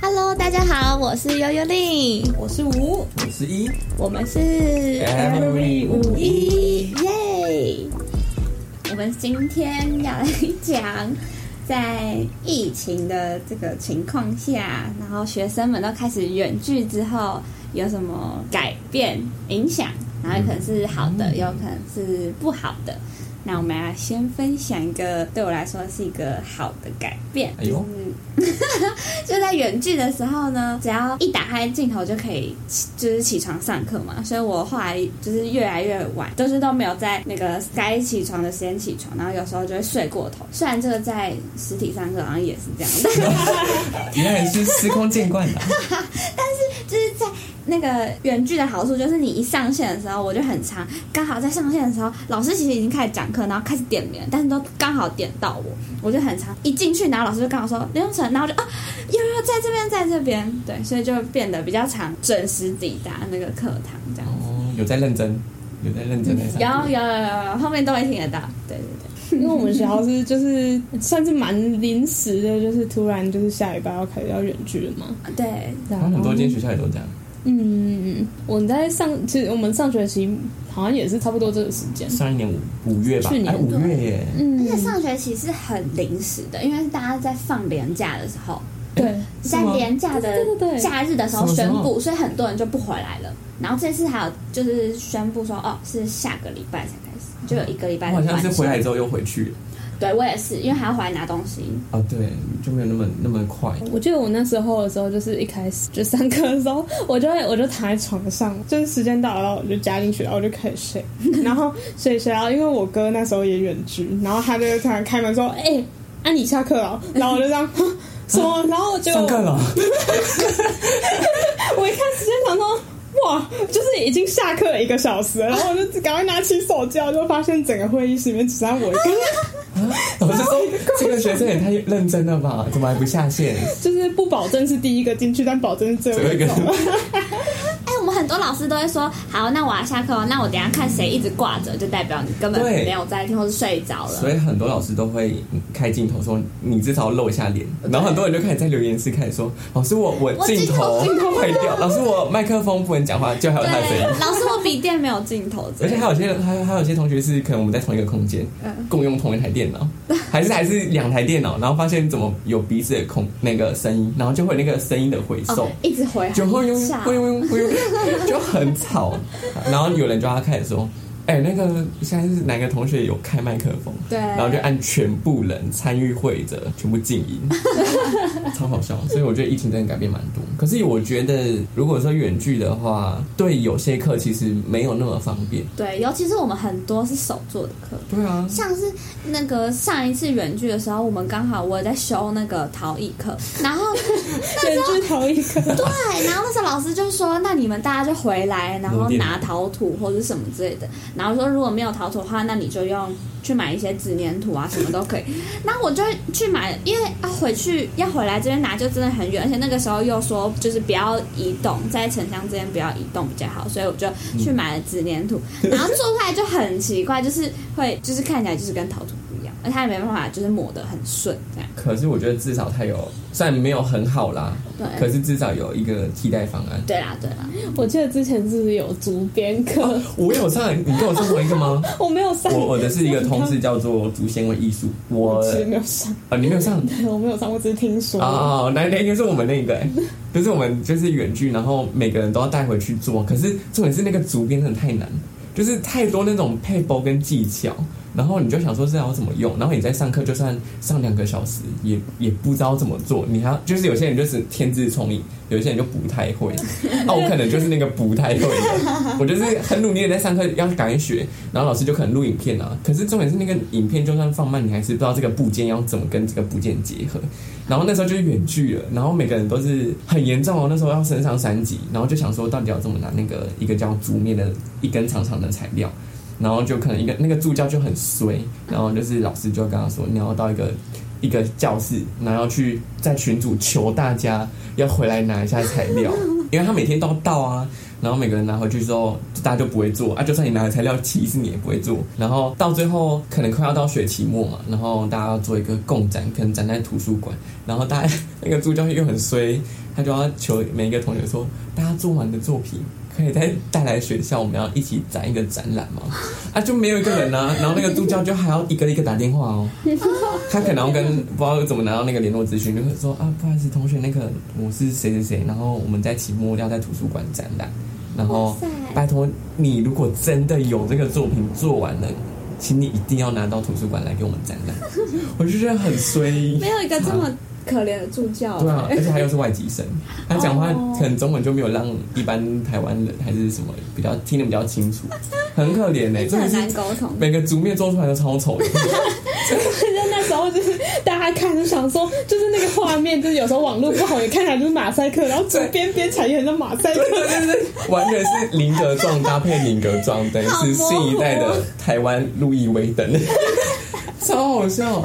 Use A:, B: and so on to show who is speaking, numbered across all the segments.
A: Hello，大家好，我是悠悠令，
B: 我是吴，
C: 我是一，
A: 我们是
C: Every 五
A: 一耶。我们今天要来讲，在疫情的这个情况下，然后学生们都开始远距之后，有什么改变影响？然后可能是好
B: 嗯
A: 的，有可能是不好的。那我们要先分享一个对我来说是一个好的改变，
C: 哎呦
A: 就是就在远距的时候呢，只要一打开镜头就可以起，就是起床上课嘛。所以我后来就是越来越晚，就是都没有在那个该起床的时间起床，然后有时候就会睡过头。虽然这个在实体上课好像也是这样，但
C: 原来是司空见 惯的。
A: 就是在那个远距的好处就是，你一上线的时候我就很长，刚好在上线的时候，老师其实已经开始讲课，然后开始点名了，但是都刚好点到我，我就很长。一进去，然后老师就跟我说刘永成，然后我就啊，有有在这边，在这边，对，所以就变得比较长，准时抵达那个课堂这样。
C: 哦，有在认真，有在认真在
A: 有
C: 上。
A: 有有有，后面都会听得到，对对对。
B: 因为我们学校是就是算是蛮临时的，就是突然就是下礼拜要开始要远距了嘛。
A: 对，
B: 然
C: 好像很多间学校也都这样，
B: 嗯，我们在上其实我们上学期好像也是差不多这个时间。
C: 上一年五五月吧，
B: 去年
C: 哎，五月耶，
A: 而
B: 嗯
A: 且上学期是很临时的，因为大家在放年假的时候，
B: 对，
C: 是
A: 在
C: 吗
A: 连假的
B: 对对对对
A: 假日的时候宣
C: 什么时
A: 布，
C: 候
A: 所以很多人就不回来了。然后这次还有就是宣布说，哦，是下个礼拜才开始，就有一个礼
C: 我
A: 拜的
C: 好像
A: 关
C: 是
A: 系。
C: 回来之后又回去了。
A: 对我也是，因为还要回来拿东西。
C: 哦，对，就没有那么那么快。
B: 我记得我那时候的时候，就是一开始就上课的时候，我就会 我就躺在床上，就是时间到了，然后我就加进去，然后我就开始睡， 然后睡一睡，然后因为我哥那时候也远距，然后他就突然开门说：“哎、啊你下课了？”然后我就这样。 哈什么？然后我就
C: 上课了，
B: 我一看时间，想说哇，就是已经下课了一个 小时了，然后我就赶快拿起手机，我就发现整个会议室里面只剩我一个人，
C: 老师说这个学生也太认真了吧？怎么还不下线？
B: 就是不保证是第一个进去，但保证是最后
C: 最后
B: 一
C: 一个
B: 个走。
A: 哎，我们很多老师都会说，好，那我要下课哦，那我等一下看谁一直挂着，就代表你根本
C: 对
A: 没有在听，或是睡着了
C: 所。以很多老师都会开镜头说：“你至少露一下脸。”然后很多人就开始在留言室开始说：“老师，我我
A: 我
C: 镜头
A: 镜头
C: 坏掉，老师我麦克风不能讲话，就还有他的声音
A: 对。”，老师，我笔电没有镜头之
C: 而
A: 类的，
C: 且还有些还有还有些同学是可能我们在同一个空间，
A: 嗯
C: 共用同一台电脑，还是还是两台电脑，然后发现怎么有彼此的空那个声音，然后就会有那个声音的回
A: 哦
C: 送，，
A: 一直回
C: 就会用
A: 吓
C: 会用会用，就很吵。然后有人就要开始说。哎、那个现在是哪个同学有开麦克风？
A: 对
C: 然后就按全部人参与会者全部静 音，超好笑。所以我觉得疫情真的改变蛮多。可是我觉得，如果说远距的话，对有些课其实没有那么方便。
A: 对，尤其是我们很多是手做的课，
C: 对啊，
A: 像是那个上一次远距的时候，我们刚好我在修那个陶艺课，然后
B: 远距头一个。
A: 对，然后那时候老师就说，那你们大家就回来，然后
C: 弄电脑
A: 拿陶土或者什么之类的，然后说如果没有陶土的话，那你就用去买一些纸粘土啊，什么都可以。那我就去买，因为要回去要回来这边拿就真的很远，而且那个时候又说就是不要移动，在城乡之间不要移动比较好，所以我就去买了纸粘土，然后做出来就很奇怪，就是会就是看起来就是跟陶土不一样，而它也没办法就是抹得很顺这样。
C: 可是我觉得至少它有，虽然没有很好啦，可
A: 对，
C: 是至少有一个替代方案。
A: 对啦，对啦，
B: 我记得之前是不是有竹编课？
C: 我有上，你跟我上同一个吗？
B: 我没有上，
C: 我我的是一个同事叫做竹纤维艺术，我
B: 我其实没有上，
C: 啊你没有上
B: 我没有上，我只是听说。
C: 啊啊，那那应该是我们那个、欸，就是我们就是远距，然后每个人都要带回去做。可是重点是那个竹编真的太难，就是太多那种配包跟技巧，然后你就想说这要怎么用，然后你在上课就算上两个小时也也不知道怎么做，你还要就是有些人就是天资聪颖，有些人就不太会，那我可能就是那个不太会的，我就是很努力的在上课要赶紧学，然后老师就可能录影片啊，可是重点是那个影片就算放慢，你还是不知道这个部件要怎么跟这个部件结合，然后那时候就是远距了，然后每个人都是很严重哦，那时候要升上三级，然后就想说到底要怎么拿那个一个叫竹篾的一根长长的材料，然后就可能一个那个助教就很衰，然后就是老师就跟他说你要到一个一个教室，然后去在群组求大家要回来拿一下材料，因为他每天都要到啊。然后每个人拿回去之后，大家就不会做啊。就算你拿了材料，其实你也不会做。然后到最后，可能快要到学期末嘛，然后大家要做一个共展，可能展在图书馆。然后大家那个助教又很衰，他就要求每一个同学说，大家做完的作品可以再带来学校，我们要一起展一个展览吗？ 啊，就没有一个人啊，然后那个助教就还要一个一个打电话哦，他可能要跟不知道怎么拿到那个联络资讯，就会说啊，不好意思，同学，那个我是谁谁谁，然后我们在期末要在图书馆展览，然后
A: 哇塞
C: 拜托你，如果真的有这个作品做完了。请你一定要拿到图书馆来给我们展 览，我就觉得很衰。
A: 没有一个这么可怜的助教、
C: 对啊，而且他又是外籍生，他讲话
A: 哦
C: 可能中文就没有让一般台湾人还是什么比较听得比较清楚，很可怜呢、
A: 一
C: 欸，
A: 直
C: 真的
A: 很
C: 是
A: 难沟通。
C: 每个族面做出来都超丑的。
B: 就那时候就是大家看就想说，就是那个画面，就是有时候网络不好也看起来就是马赛克，然后左边边起来也很像马赛克，
C: 完全是菱格状搭配菱格 状，等于
A: 好
C: 是
A: 模糊
C: 新一代的台湾路易威登， 超好笑。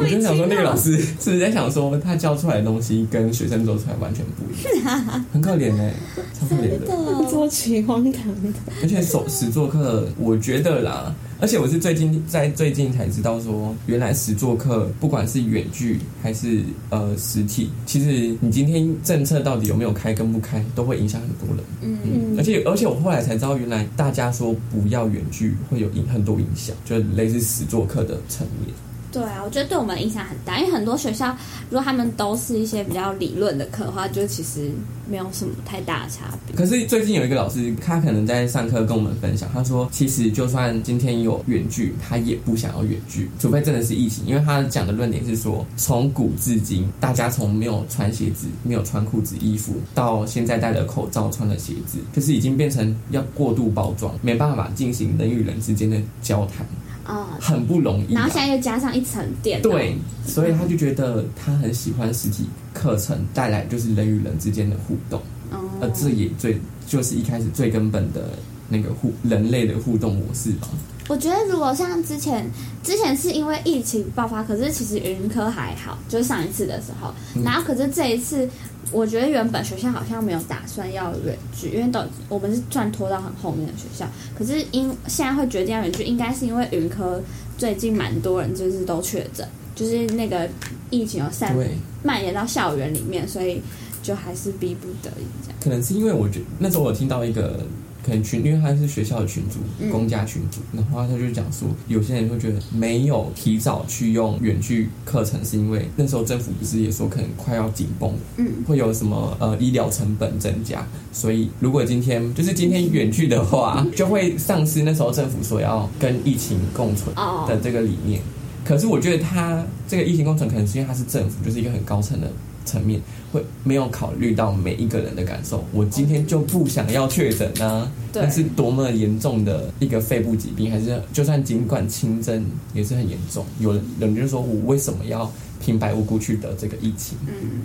C: 我就想说，那个老师是不是在想说，他教出来的东西跟学生做出来完全不一样，很可怜哎、超可怜的。
B: 做起荒唐的。
C: 而且手实作课，我觉得啦，而且我是最近在最近才知道说，原来实作课不管是远距还是呃实体，其实你今天政策到底有没有开跟不开，都会影响很多人。
A: 嗯，
C: 嗯
B: 嗯，
C: 而且而且我后来才知道，原来大家说不要远距会有影很多影响，就类似实作课的层面。
A: 对啊，我觉得对我们影响很大，因为很多学校如果他们都是一些比较理论的课的话，就其实没有什么太大的差 别。
C: 可是最近有一个老师，他可能在上课跟我们分享，他说其实就算今天有远距，他也不想要远距，除非真的是疫情。因为他讲的论点是说，从古至今，大家从没有穿鞋子、没有穿裤子、衣服，到现在戴了口罩、穿了鞋子，就是已经变成要过度包装，没办法进行人与人之间的交谈，
A: 啊、
C: 很不容易、啊。
A: 然后现在又加上一层电脑，
C: 对，所以他就觉得他很喜欢实体课程带来就是人与人之间的互动，
A: 哦，
C: 而这也最就是一开始最根本的那个互人类的互动模式吧。
A: 我觉得如果像之前，之前是因为疫情爆发，可是其实云科还好，就是上一次的时候。
C: 嗯
A: 然后可是这一次，我觉得原本学校好像没有打算要远距，因为都我们是算拖到很后面的学校。可是因现在会决定要远距，应该是因为云科最近蛮多人就是都确诊，就是那个疫情有散
C: 对，
A: 蔓延到校园里面，所以就还是逼不得已这样。
C: 可能是因为我觉得那时候我听到一个可能群，因为他是学校的群主，
A: 嗯
C: 公家群主，然后他就讲说，有些人会觉得没有提早去用远距课程，是因为那时候政府不是也说可能快要紧绷，
A: 嗯，
C: 会有什么呃医疗成本增加，所以如果今天就是今天远距的话，就会丧失那时候政府所要跟疫情共存
A: 哦
C: 的这个理念。可是我觉得它这个疫情共存，可能是因为它是政府，就是一个很高层的层面，会没有考虑到每一个人的感受。我今天就不想要确诊啊，
A: 对
C: 那是多么严重的一个肺部疾病，还是就算尽管轻症也是很严重。有人有人就说我为什么要平白无故去得这个疫情？
A: 嗯，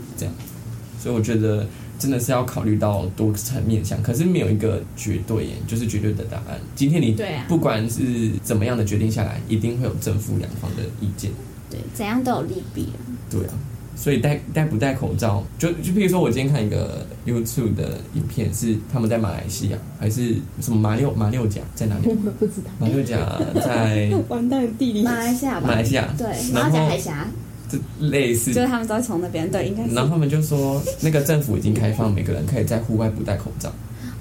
C: 所以我觉得真的是要考虑到多层面向，可是没有一个绝对耶，就是绝对的答案。今天你
A: 对啊
C: 不管是怎么样的决定下来，一定会有正负两方的意见，
A: 对，怎样都有利弊啊。
C: 对啊。所以戴戴不戴口罩，就就譬如说，我今天看一个 YouTube 的影片，是他们在马来西亚还是什么马六马六甲在哪里？
B: 我不知道，
C: 马六甲在
B: 完蛋，地理
A: 马来西亚吧，
C: 马来西亚，
A: 对，马来
C: 然
A: 西亚
C: 后
A: 海峡。
C: 这类似
A: 就是他们都会从那边对，应该是
C: 然后他们就说，那个政府已经开放每个人可以在户外不戴口罩。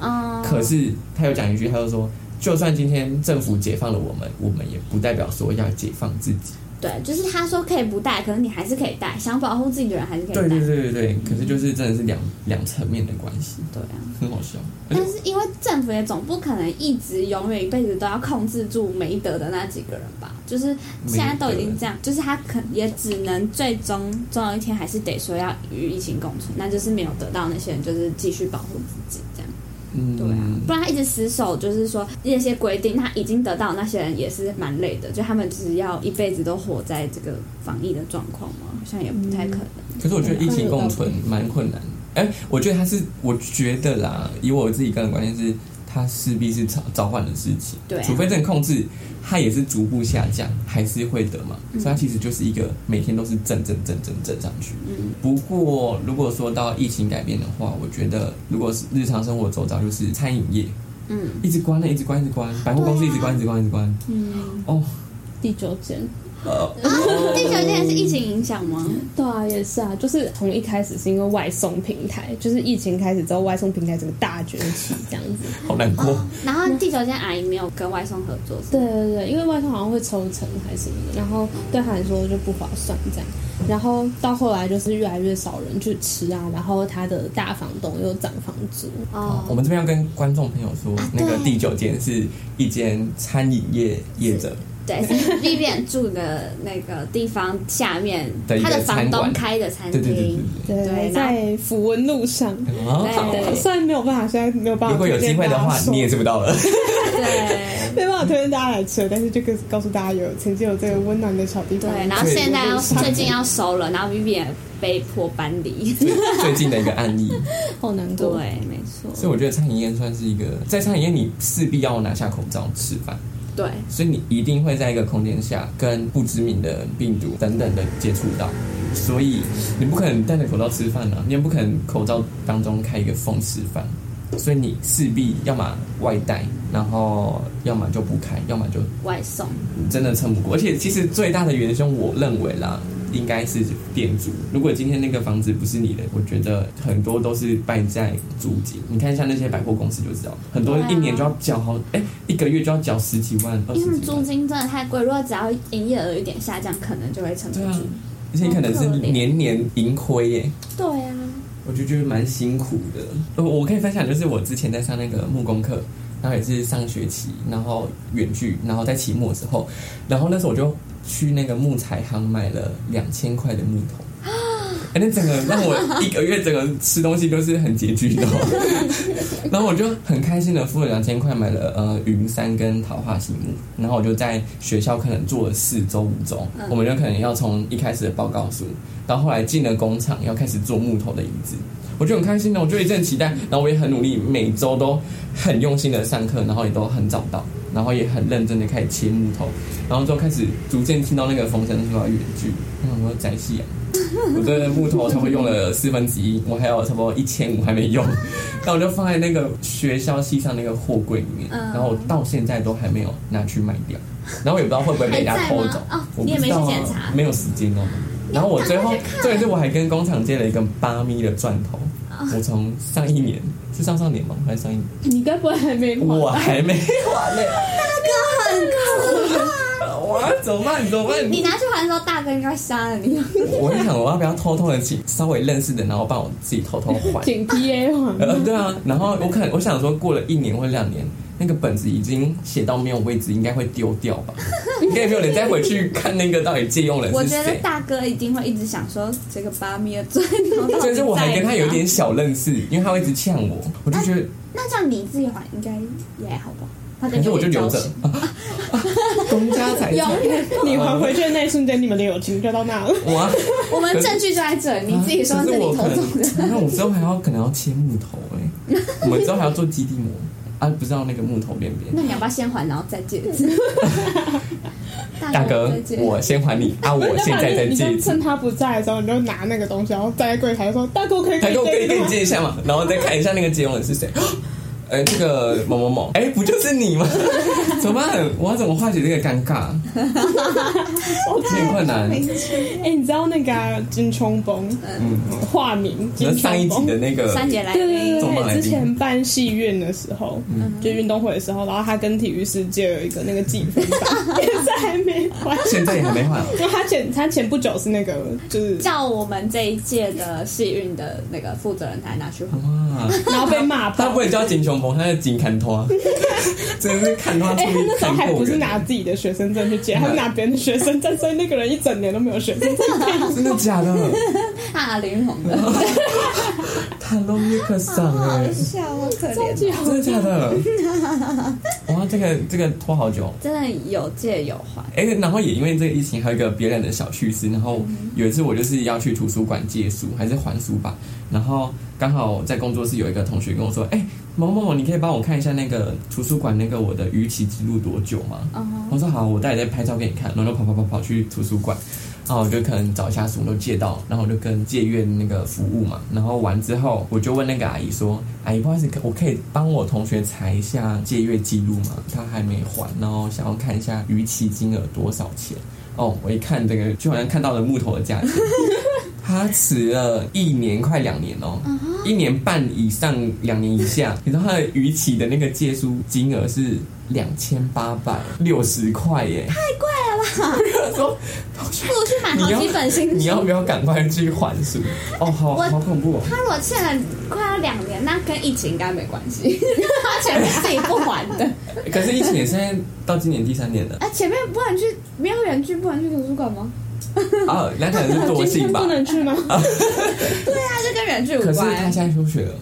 A: 嗯，
C: 可是他有讲一句，他就说，就算今天政府解放了我们，我们也不代表说要解放自己。
A: 对，就是他说可以不戴，可是你还是可以戴，想保护自己的人还是可以戴。
C: 对对对对对，可是就是真的是两两层面的关系，
A: 对啊，
C: 很好笑。而
A: 但
C: 且
A: 是因为政府也总不可能一直永远一辈子都要控制住没得的那几个人吧？就是现在都已经这样，就是他可也只能最终总有一天还是得说要与疫情共存，那就是没有得到那些人就是继续保护自己这样。
C: 嗯，
A: 对啊，不然他一直死守，就是说那些规定，他已经得到那些人也是蛮累的，就他们只要一辈子都活在这个防疫的状况嘛，好像也不太可能。
C: 可是我觉得疫情共存
A: 嗯
C: 蛮困难。哎，我觉得它是，我觉得啦，以我自己个人观念是，它势必是早早晚的事情。
A: 对啊
C: 除非这个控制，它也是逐步下降，还是会得嘛。
A: 嗯
C: 所以它其实就是一个每天都是正正正正正上去。
A: 嗯，
C: 不过如果说到疫情改变的话，我觉得如果是日常生活周遭，就是餐饮业
A: 嗯
C: 一直关了，一直关，一直关，百货公司
A: 对
C: 一
A: 啊
C: 直关，一直关，一直关。
A: 嗯，
C: 哦，
B: 第九间，
C: 呃，
A: 啊，地球现在是疫情影响吗？
B: 对啊，也是啊，就是从一开始是因为外送平台，就是疫情开始之后，外送平台整个大崛起这样子。
C: 好难过。
A: 然后地球现在阿姨没有跟外送合作，是
B: 对
A: 吗，
B: 对对，因为外送好像会抽成还是什么的，然后对他来说就不划算这样。然后到后来就是越来越少人去吃啊，然后他的大房东又涨房租，
A: 哦，
C: 我们这边要跟观众朋友说，那个第九间是一间餐饮业业者，
A: 对，是 Vivian 住的那个地方下面，
C: 的一个
A: 他的房
C: 餐
A: 东
C: 馆
A: 开的餐
C: 对对对
A: 厅
C: 对，
A: 对
B: 在符文路上。
C: 对对。啊
A: 对对
B: 虽然没有办法，现在没有办法。
C: 如 果有机会的话，你也吃不到了。
A: 对
B: 没办法推荐大家来吃，但是就跟告诉大家有曾经有这个温暖的小地方。
A: 对，然后现在要最近要收了，然后 Vivian 被迫搬离，
C: 最最近的一个案例，
B: 好难
A: 对
B: 过。，
A: 没错，
C: 所以我觉得餐饮业算是一个，在餐饮业你势必要拿下口罩吃饭，
A: 对，
C: 所以你一定会在一个空间下跟不知名的病毒等等的接触到，所以你不可能戴着口罩吃饭啊，你也不可能口罩当中开一个缝吃饭，所以你势必要么外带，然后要么就不开，要么就
A: 外送，
C: 真的撑不过。而且其实最大的元凶，我认为啦。应该是店主。如果今天那个房子不是你的，我觉得很多都是败在租金。你看像那些百货公司就知道，很多
A: 对啊
C: 一年就要缴好，哎、一个月就要缴十几万、二十
A: 因为
C: 几
A: 租
C: 万。
A: 金真的太贵，如果只要营业额有一点下降，可能就会撑不
C: 对啊
A: 住，，
C: 而且可能是
A: 好可怜
C: 年年盈亏耶，
A: 对啊，
C: 我就觉得蛮辛苦的。呃我可以分享，就是我之前在上那个木工课，然后也是上学期，然后远距，然后在期末的时候，然后那时候我就去那个木材行买了两千块的木头。 哎、那整个让我一个月整个吃东西都是很拮据的哦、 然后我就很开心的付了两千块买了呃云杉跟桃花心木，然后我就在学校可能做了四周五周，我们就可能要从一开始的报告书，到后来进了工厂要开始做木头的椅子，我就很开心哦的，我就一阵期待，然后我也很努力，每周都很用心的上课，然后也都很早到，然后也很认真的开始切木头，然后就开始逐渐听到那个风声说要远距，那我说宅系啊。我的木头差不多用了四分之一，我还有差不多一千五还没用，那我就放在那个学校系上那个货柜里面，
A: 嗯
C: 然后我到现在都还没有拿去卖掉，然后也不知道会不会被人家偷
A: 还
C: 走
A: 在吗哦，
C: 我
A: 你也
C: 不知道啊
A: 没去检查
C: 没有时间哦。然后我最后，重点是我还跟工厂借了一个八米的钻头，
A: 哦
C: 我从上一年是上上年吗？还是上一年？
B: 你该不会还没还
C: 我
B: 吧？
C: 还没 还呢。
A: 啊
C: 那个很可怕，我要怎么办？怎么办？
A: 你拿去还的时候，大哥应该会杀了你。
C: 我在想，我要不要偷偷的请稍微认识的，然后帮我自己偷偷 还？
B: 请 PA 还。
C: 呃，对啊，然后我可能我想说，过了一年或两年，那个本子已经写到没有位置，应该会丢掉 吧？应该也没有人再回去看那个到底借用人
A: 我
C: 是
A: 觉得
C: 谁。
A: 大哥一定会一直想说这个八米的钻头 到底在哪，啊
C: 所以说我还跟他有点小认识，因为他会一直呛我，我就觉得，
A: 那这样你自己还应该也还好吧？他
C: 可
A: 感
C: 是
A: 觉
C: 我就 留着，啊啊公家财产，
B: 你还回去的那一瞬间，你们的友情就到那了。
C: 哇！
A: 我们证据就在这，你自己说
C: 可
A: 是
C: 是我
A: 你
C: 啊可
A: 偷
C: 能
A: 种的。
C: 那我之后还要可能要切木头哎、我们之后还要做基地膜啊，不知道那个木头边 边。
A: 那你要不要先还，然后再借一 次？
C: 大哥
A: 再，借
C: 我先还你啊！我现在再
B: 你
C: 借一
B: 就
C: 次
B: 趁他不在的时候，你就拿那个东西，然后站在柜台说：“大哥，我可以
C: 他跟我可以跟
B: 你
C: 你借一下嘛，然后再看一下那个借用人是谁。 呃，这个某某某，哎、不就是你吗？怎么办？我要怎么化解这个尴尬？有点困难。
B: 哎、你知道那个、啊、金冲崩
C: 嗯，
B: 化名
C: 那
B: 金
C: 上一
B: 冲
C: 集
B: 崩？
C: 的那个，
A: 三姐来
B: 对对对
A: 宾，
C: 重磅来宾
B: 对，
C: 嗯
B: 之前办戏院的时候，就运动会的时候，然后他跟体育世界有一个那个计分 榜，现在还没还。
C: 现在也还没换。
B: 因为他前他前不久是那个 就是，
A: 叫我们这一届的戏运的那个负责人才拿去还。
C: 哇，
B: 然后被骂
C: 他
B: 爆
C: 不。会叫金熊鹏，他叫金砍 拖，真的是砍拖出
B: 哎、他
C: 去
B: 那时
C: 砍
B: 候还
C: 过
B: 不是
C: 人。
B: 拿自己的学生证去借，他是拿别人的学生证，所以那个人一整年都没有学生 证。
C: 真的假的？
A: 啊，林红的，
C: 他都没可上 哎，
A: 笑，我可怜。啊
C: 真的假的？哇，这个这个拖好久。
A: 真的有借有还，
C: 哎、然后也因为这个疫情，还有一个别人的小趣事。然后
B: 嗯
C: 有一次我就是要去图书馆借书，还是还书吧。然后刚好在工作室有一个同学跟我说：“哎、某某某，你可以帮我看一下那个图书馆那个我的逾期记录多久吗？”
A: 嗯
C: 我说：“好，我待会再拍照给你看。”然后就跑跑跑跑去图书馆，然后我就可能找一下书，我都借到，然后我就跟借阅那个服务嘛。然后完之后，我就问那个阿姨说：“阿姨，不好意思，可我可以帮我同学查一下借阅记录吗？他还没还，然后想要看一下逾期金额多少钱。”哦，我一看这个就好像看到了木头的价钱。他迟了一年，快两年哦，一年半以上，两年以下。你知道他的逾期的那个借书金额是两千八百六十块耶！说
A: 不如去买
C: 你
A: 好
C: 要
A: 几本新书。
C: 你要不要赶快去还书？ 哦，好
A: 我
C: 好恐怖哦！
A: 他如果欠了快要两年，那跟疫情应该没关系，他前面自己不还的，
C: 可是疫情也现在到今年第三 年了
A: 啊，前面不能去，没有园区不能去图书馆吗？
C: 啊，那可能是惰
B: 今
C: 性
B: 天
C: 吧
B: 不。能去吗？
A: 对啊，这跟园区
C: 可
A: 无
C: 是
A: 关
C: 他现在休学了，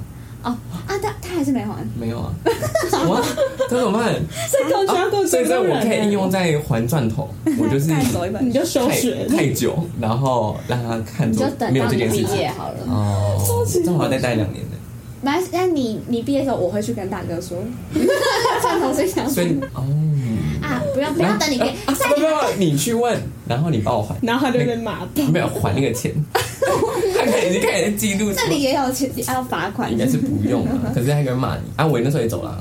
A: 哦啊，他他还是没还，
C: 没有啊？ 哇，这怎么办？啊
B: 这个全国
C: 所
B: 最
C: 以这
B: 多
C: 我
B: 人
C: 可以
B: 欸
C: 应用在还钻头，我 就是
A: 再走一本
B: 你，就休学
C: 太，太久，然后让他看
A: 你就
C: 作
A: 等
C: 没有
A: 到
C: 这
A: 你
C: 件
A: 毕
C: 事情
A: 业。好了。
C: 哦，
B: 级
C: 正好再待两年呢。
A: 那那你你毕业的时候，我会去跟大哥 说，上头是想
C: 所以哦，
A: 啊，不要不要等你给，
C: 啊不不不，你去问，然后你帮我还，
B: 然后他就被骂爆。
C: 没有还那 个钱，他可以开始记录。
A: 这里也有钱还有罚款
C: 应，该是不用了，可是他可以骂你。啊，我那时候也走了。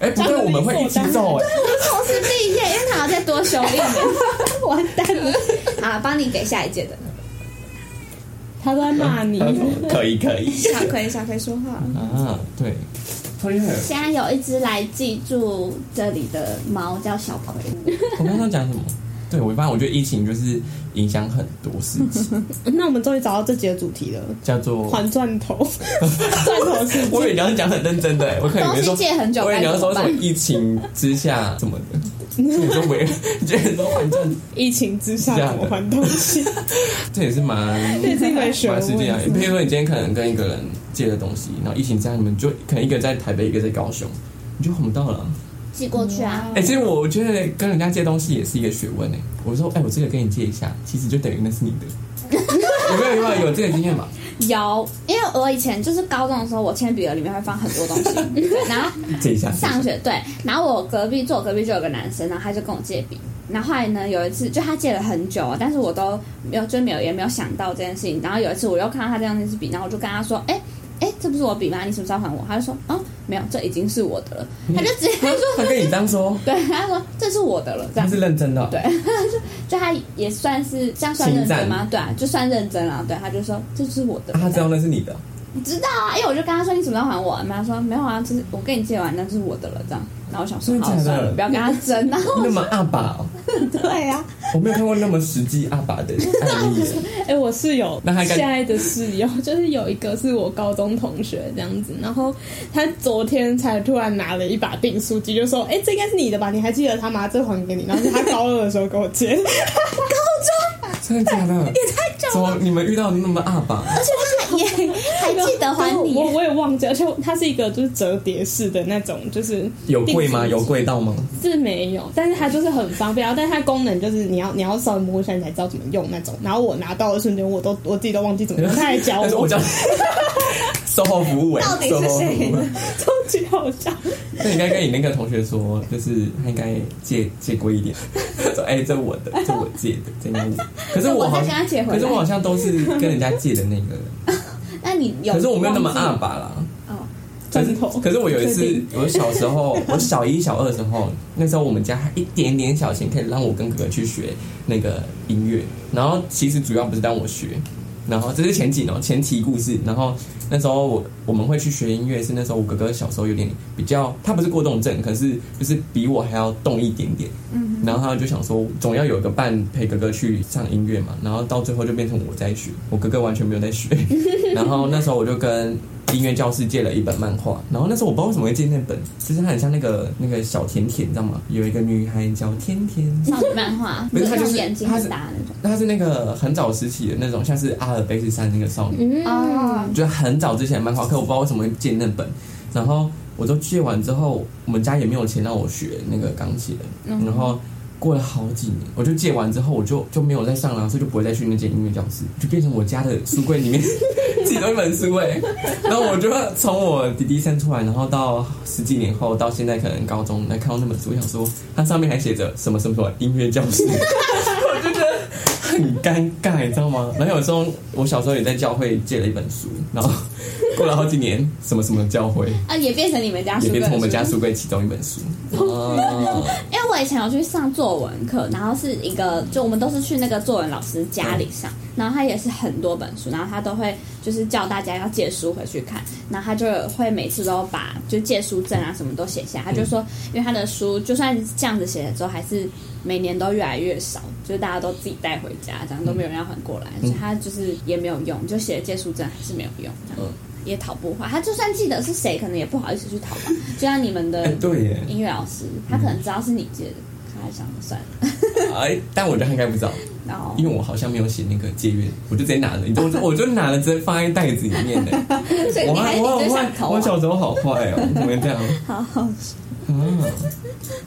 C: 哎，不对，我们会一起走哎。
A: 同时毕业，因为他要再多修一年， 完蛋了啊！帮你给下一届的
B: 他都在骂 你，
C: 可以可以
A: 小葵，小葵说话。
C: 啊，对，超厉害。
A: 现在有一只来寄住这里的猫叫小 葵，
C: 我刚刚讲什么？对，我发现我觉得疫情就是影响很多事 情，
B: 那我们终于找到这集的主题了，
C: 叫做
B: 还 钻头，钻头是
C: 我以为你要讲很认真的、欸我可能
A: 东
C: 没
A: 西
C: 说。
A: 借很久，
C: 我以为
A: 该
C: 你要
A: 怎么
C: 说什么
A: 办？
C: 疫情之下什么的，你说没，你觉得说反正
B: 疫情之下怎么还东 西，
C: 这也是 蛮
B: 这也是一门学
C: 蛮实际的。
B: 问。
C: 比如说你今天可能跟一个人借了东西，然后疫情之下你们就可能一个在台北，一个在高雄，你就还不到了。啊
A: 寄过去啊，
C: 哎、其实我觉得跟人家借东西也是一个学问哎、我说哎、我这个跟你借一下，其实就等于那是你的。有没有有没有有这个经验吧？
A: 有，因为我以前就是高中的时候，我铅笔盒里面会放很多 东西，然后
C: 借一下。
A: 上学对，然后我隔壁坐我隔壁就有个男生，然后他就跟我借笔，然后后来呢有一次就他借了很久啊，但是我都没有就没有也没有想到这件事情，然后有一次我又看到他这样那支笔，然后我就跟他说，哎、哎、这不是我笔吗？你什么时候还我？他就说，哦，没有，这已经是我的了。他就直接说，
C: 他跟你这样说，
A: 对， 他说这是我的了，这
C: 他
A: 样
C: 是认真的。哦
A: 对就他也算是这样算认真吗？对啊，就算认真了。对，他就说这是我的，
C: 啊，他知道那是你的。
A: 你知道啊？因为我就跟他说你什么时候还我、啊？他说没有啊，这是我跟你借完，那是我的了，这样。然后我想说，
C: 真的
A: 好
C: 假的
A: 算了，不要跟他争。啊然后
C: 那么阿爸、哦，
A: 对啊，
C: 我没有看过那么实际阿爸 的案例耶。
B: 哎、我室友
C: 那他该
B: 现在的室友 就是有一个是我高中同学这样子，然后他昨天才突然拿了一把订书机，就说：“哎、这应该是你的吧？你还记得他吗？这还给你。”然后是他高二的时候给我借，
C: 真的假的？也太久了。怎么你们遇到那么阿爸？啊
A: 而且他也还 记得还你
B: 我，我我也忘记，而且它是一个就是折叠式的那种，就是
C: 有贵吗？
B: 订书机
C: 有贵到吗？
B: 是没有，但是它就是很方便，然后但是它功能就是你要你要稍微摸一下你才知道怎么用那种。然后我拿到的瞬间，我都我自己都忘记怎么用，他还教
C: 但 是我
B: 哦我，
C: 叫售后服务哎、
A: 到底是
C: 售后服
A: 谁
C: 务。
B: 超级好笑。
C: 那你应该跟你那个同学说，就是他应该借借过一点。他说：“哎、这我的，这我借的，这应该我。”可是
A: 我
C: 好
A: 再跟他
C: 像，
A: 借回
C: 可是我好
A: 来。
C: 像都是跟人家借的那个人。
A: 那你有？
C: 可是我没有那么啊阿
A: 二
C: 爸啦。
A: 哦，
C: 可是
B: 砖头
C: 可是我有一
B: 确
C: 次
B: 定，
C: 我小时候，我小一、小二的时候，那时候我们家还一点点小钱可以让我跟哥哥去学那个音乐，然后其实主要不是让我学，然后这是前几哦，前期故事，然后那时候我我们会去学音乐，是那时候我哥哥小时候有点比较，他不是过动症，可是就是比我还要动一点点，嗯，然后他就想说总要有一个伴陪哥哥去上音乐嘛，然后到最后就变成我在学，我哥哥完全没有在学，然后那时候我就跟音乐教室借了一本漫画，然后那时候我不知道为什么会借那本，就是它很像那个那个小甜甜，你知道吗？有一个女孩叫甜甜，
A: 少女漫画，
C: 不是他
A: 那
C: 就
A: 种
C: 是
A: 眼睛
C: 他
A: 很
C: 是
A: 大的那种。
C: 她是那个很早时期的那种，像是阿尔卑斯山那个少女，
A: 哦
B: 嗯
C: 就很早之前的漫画课，我不知道为什么会借那本，然后我都借完之后，我们家也没有钱让我学那个钢琴，
A: 嗯
C: 然后过了好几年，我就借完之后，我就就没有再上了，所以就不会再去那间音乐教室，就变成我家的书柜里面挤了一本书哎，然后我就从我弟弟生出来，然后到十几年后到现在可能高中来看到那本书，我想说它上面还写着什么什么什么音乐教室。很尴尬，你知道吗？然后有时候我小时候也在教会借了一本书，然后过了好几年，什么什么教会
A: 啊，也变成你们家
C: 也
A: 书柜
C: 变
A: 了
C: 成我们家
A: 是
C: 书柜其中一本书。哦，
A: 因为我以前有去上作文课，然后是一个就我们都是去那个作文老师家里上，然后他也是很多本书，然后他都会就是叫大家要借书回去看，然后他就会每次都把就借书证啊什么都写下，他就说，因为他的书就算这样子写了之后，还是每年都越来越少，就是大家都自己带回家，这样都没有人要还过来，所以他就是也没有用，就写了借书证还是没有用，这样
C: 嗯
A: 也讨不回。他就算记得是谁，可能也不好意思去讨吧，就像你们的
C: 哎，对耶，
A: 音乐老师，他可能知道是你借的，他还想着算了。
C: 哎，但我觉得他应该不知道，
A: 然后
C: 因为我好像没有写那个借阅，我就直接拿了，你知道我就我就拿了，直接放在袋子里面 的。
A: 所以
C: 我
A: 你还
C: 还
A: 你
C: 我
A: 就想
C: 我
A: 投
C: 我
A: 啊？
C: 小时候好坏哦，怎么会这 样？
A: 好好笑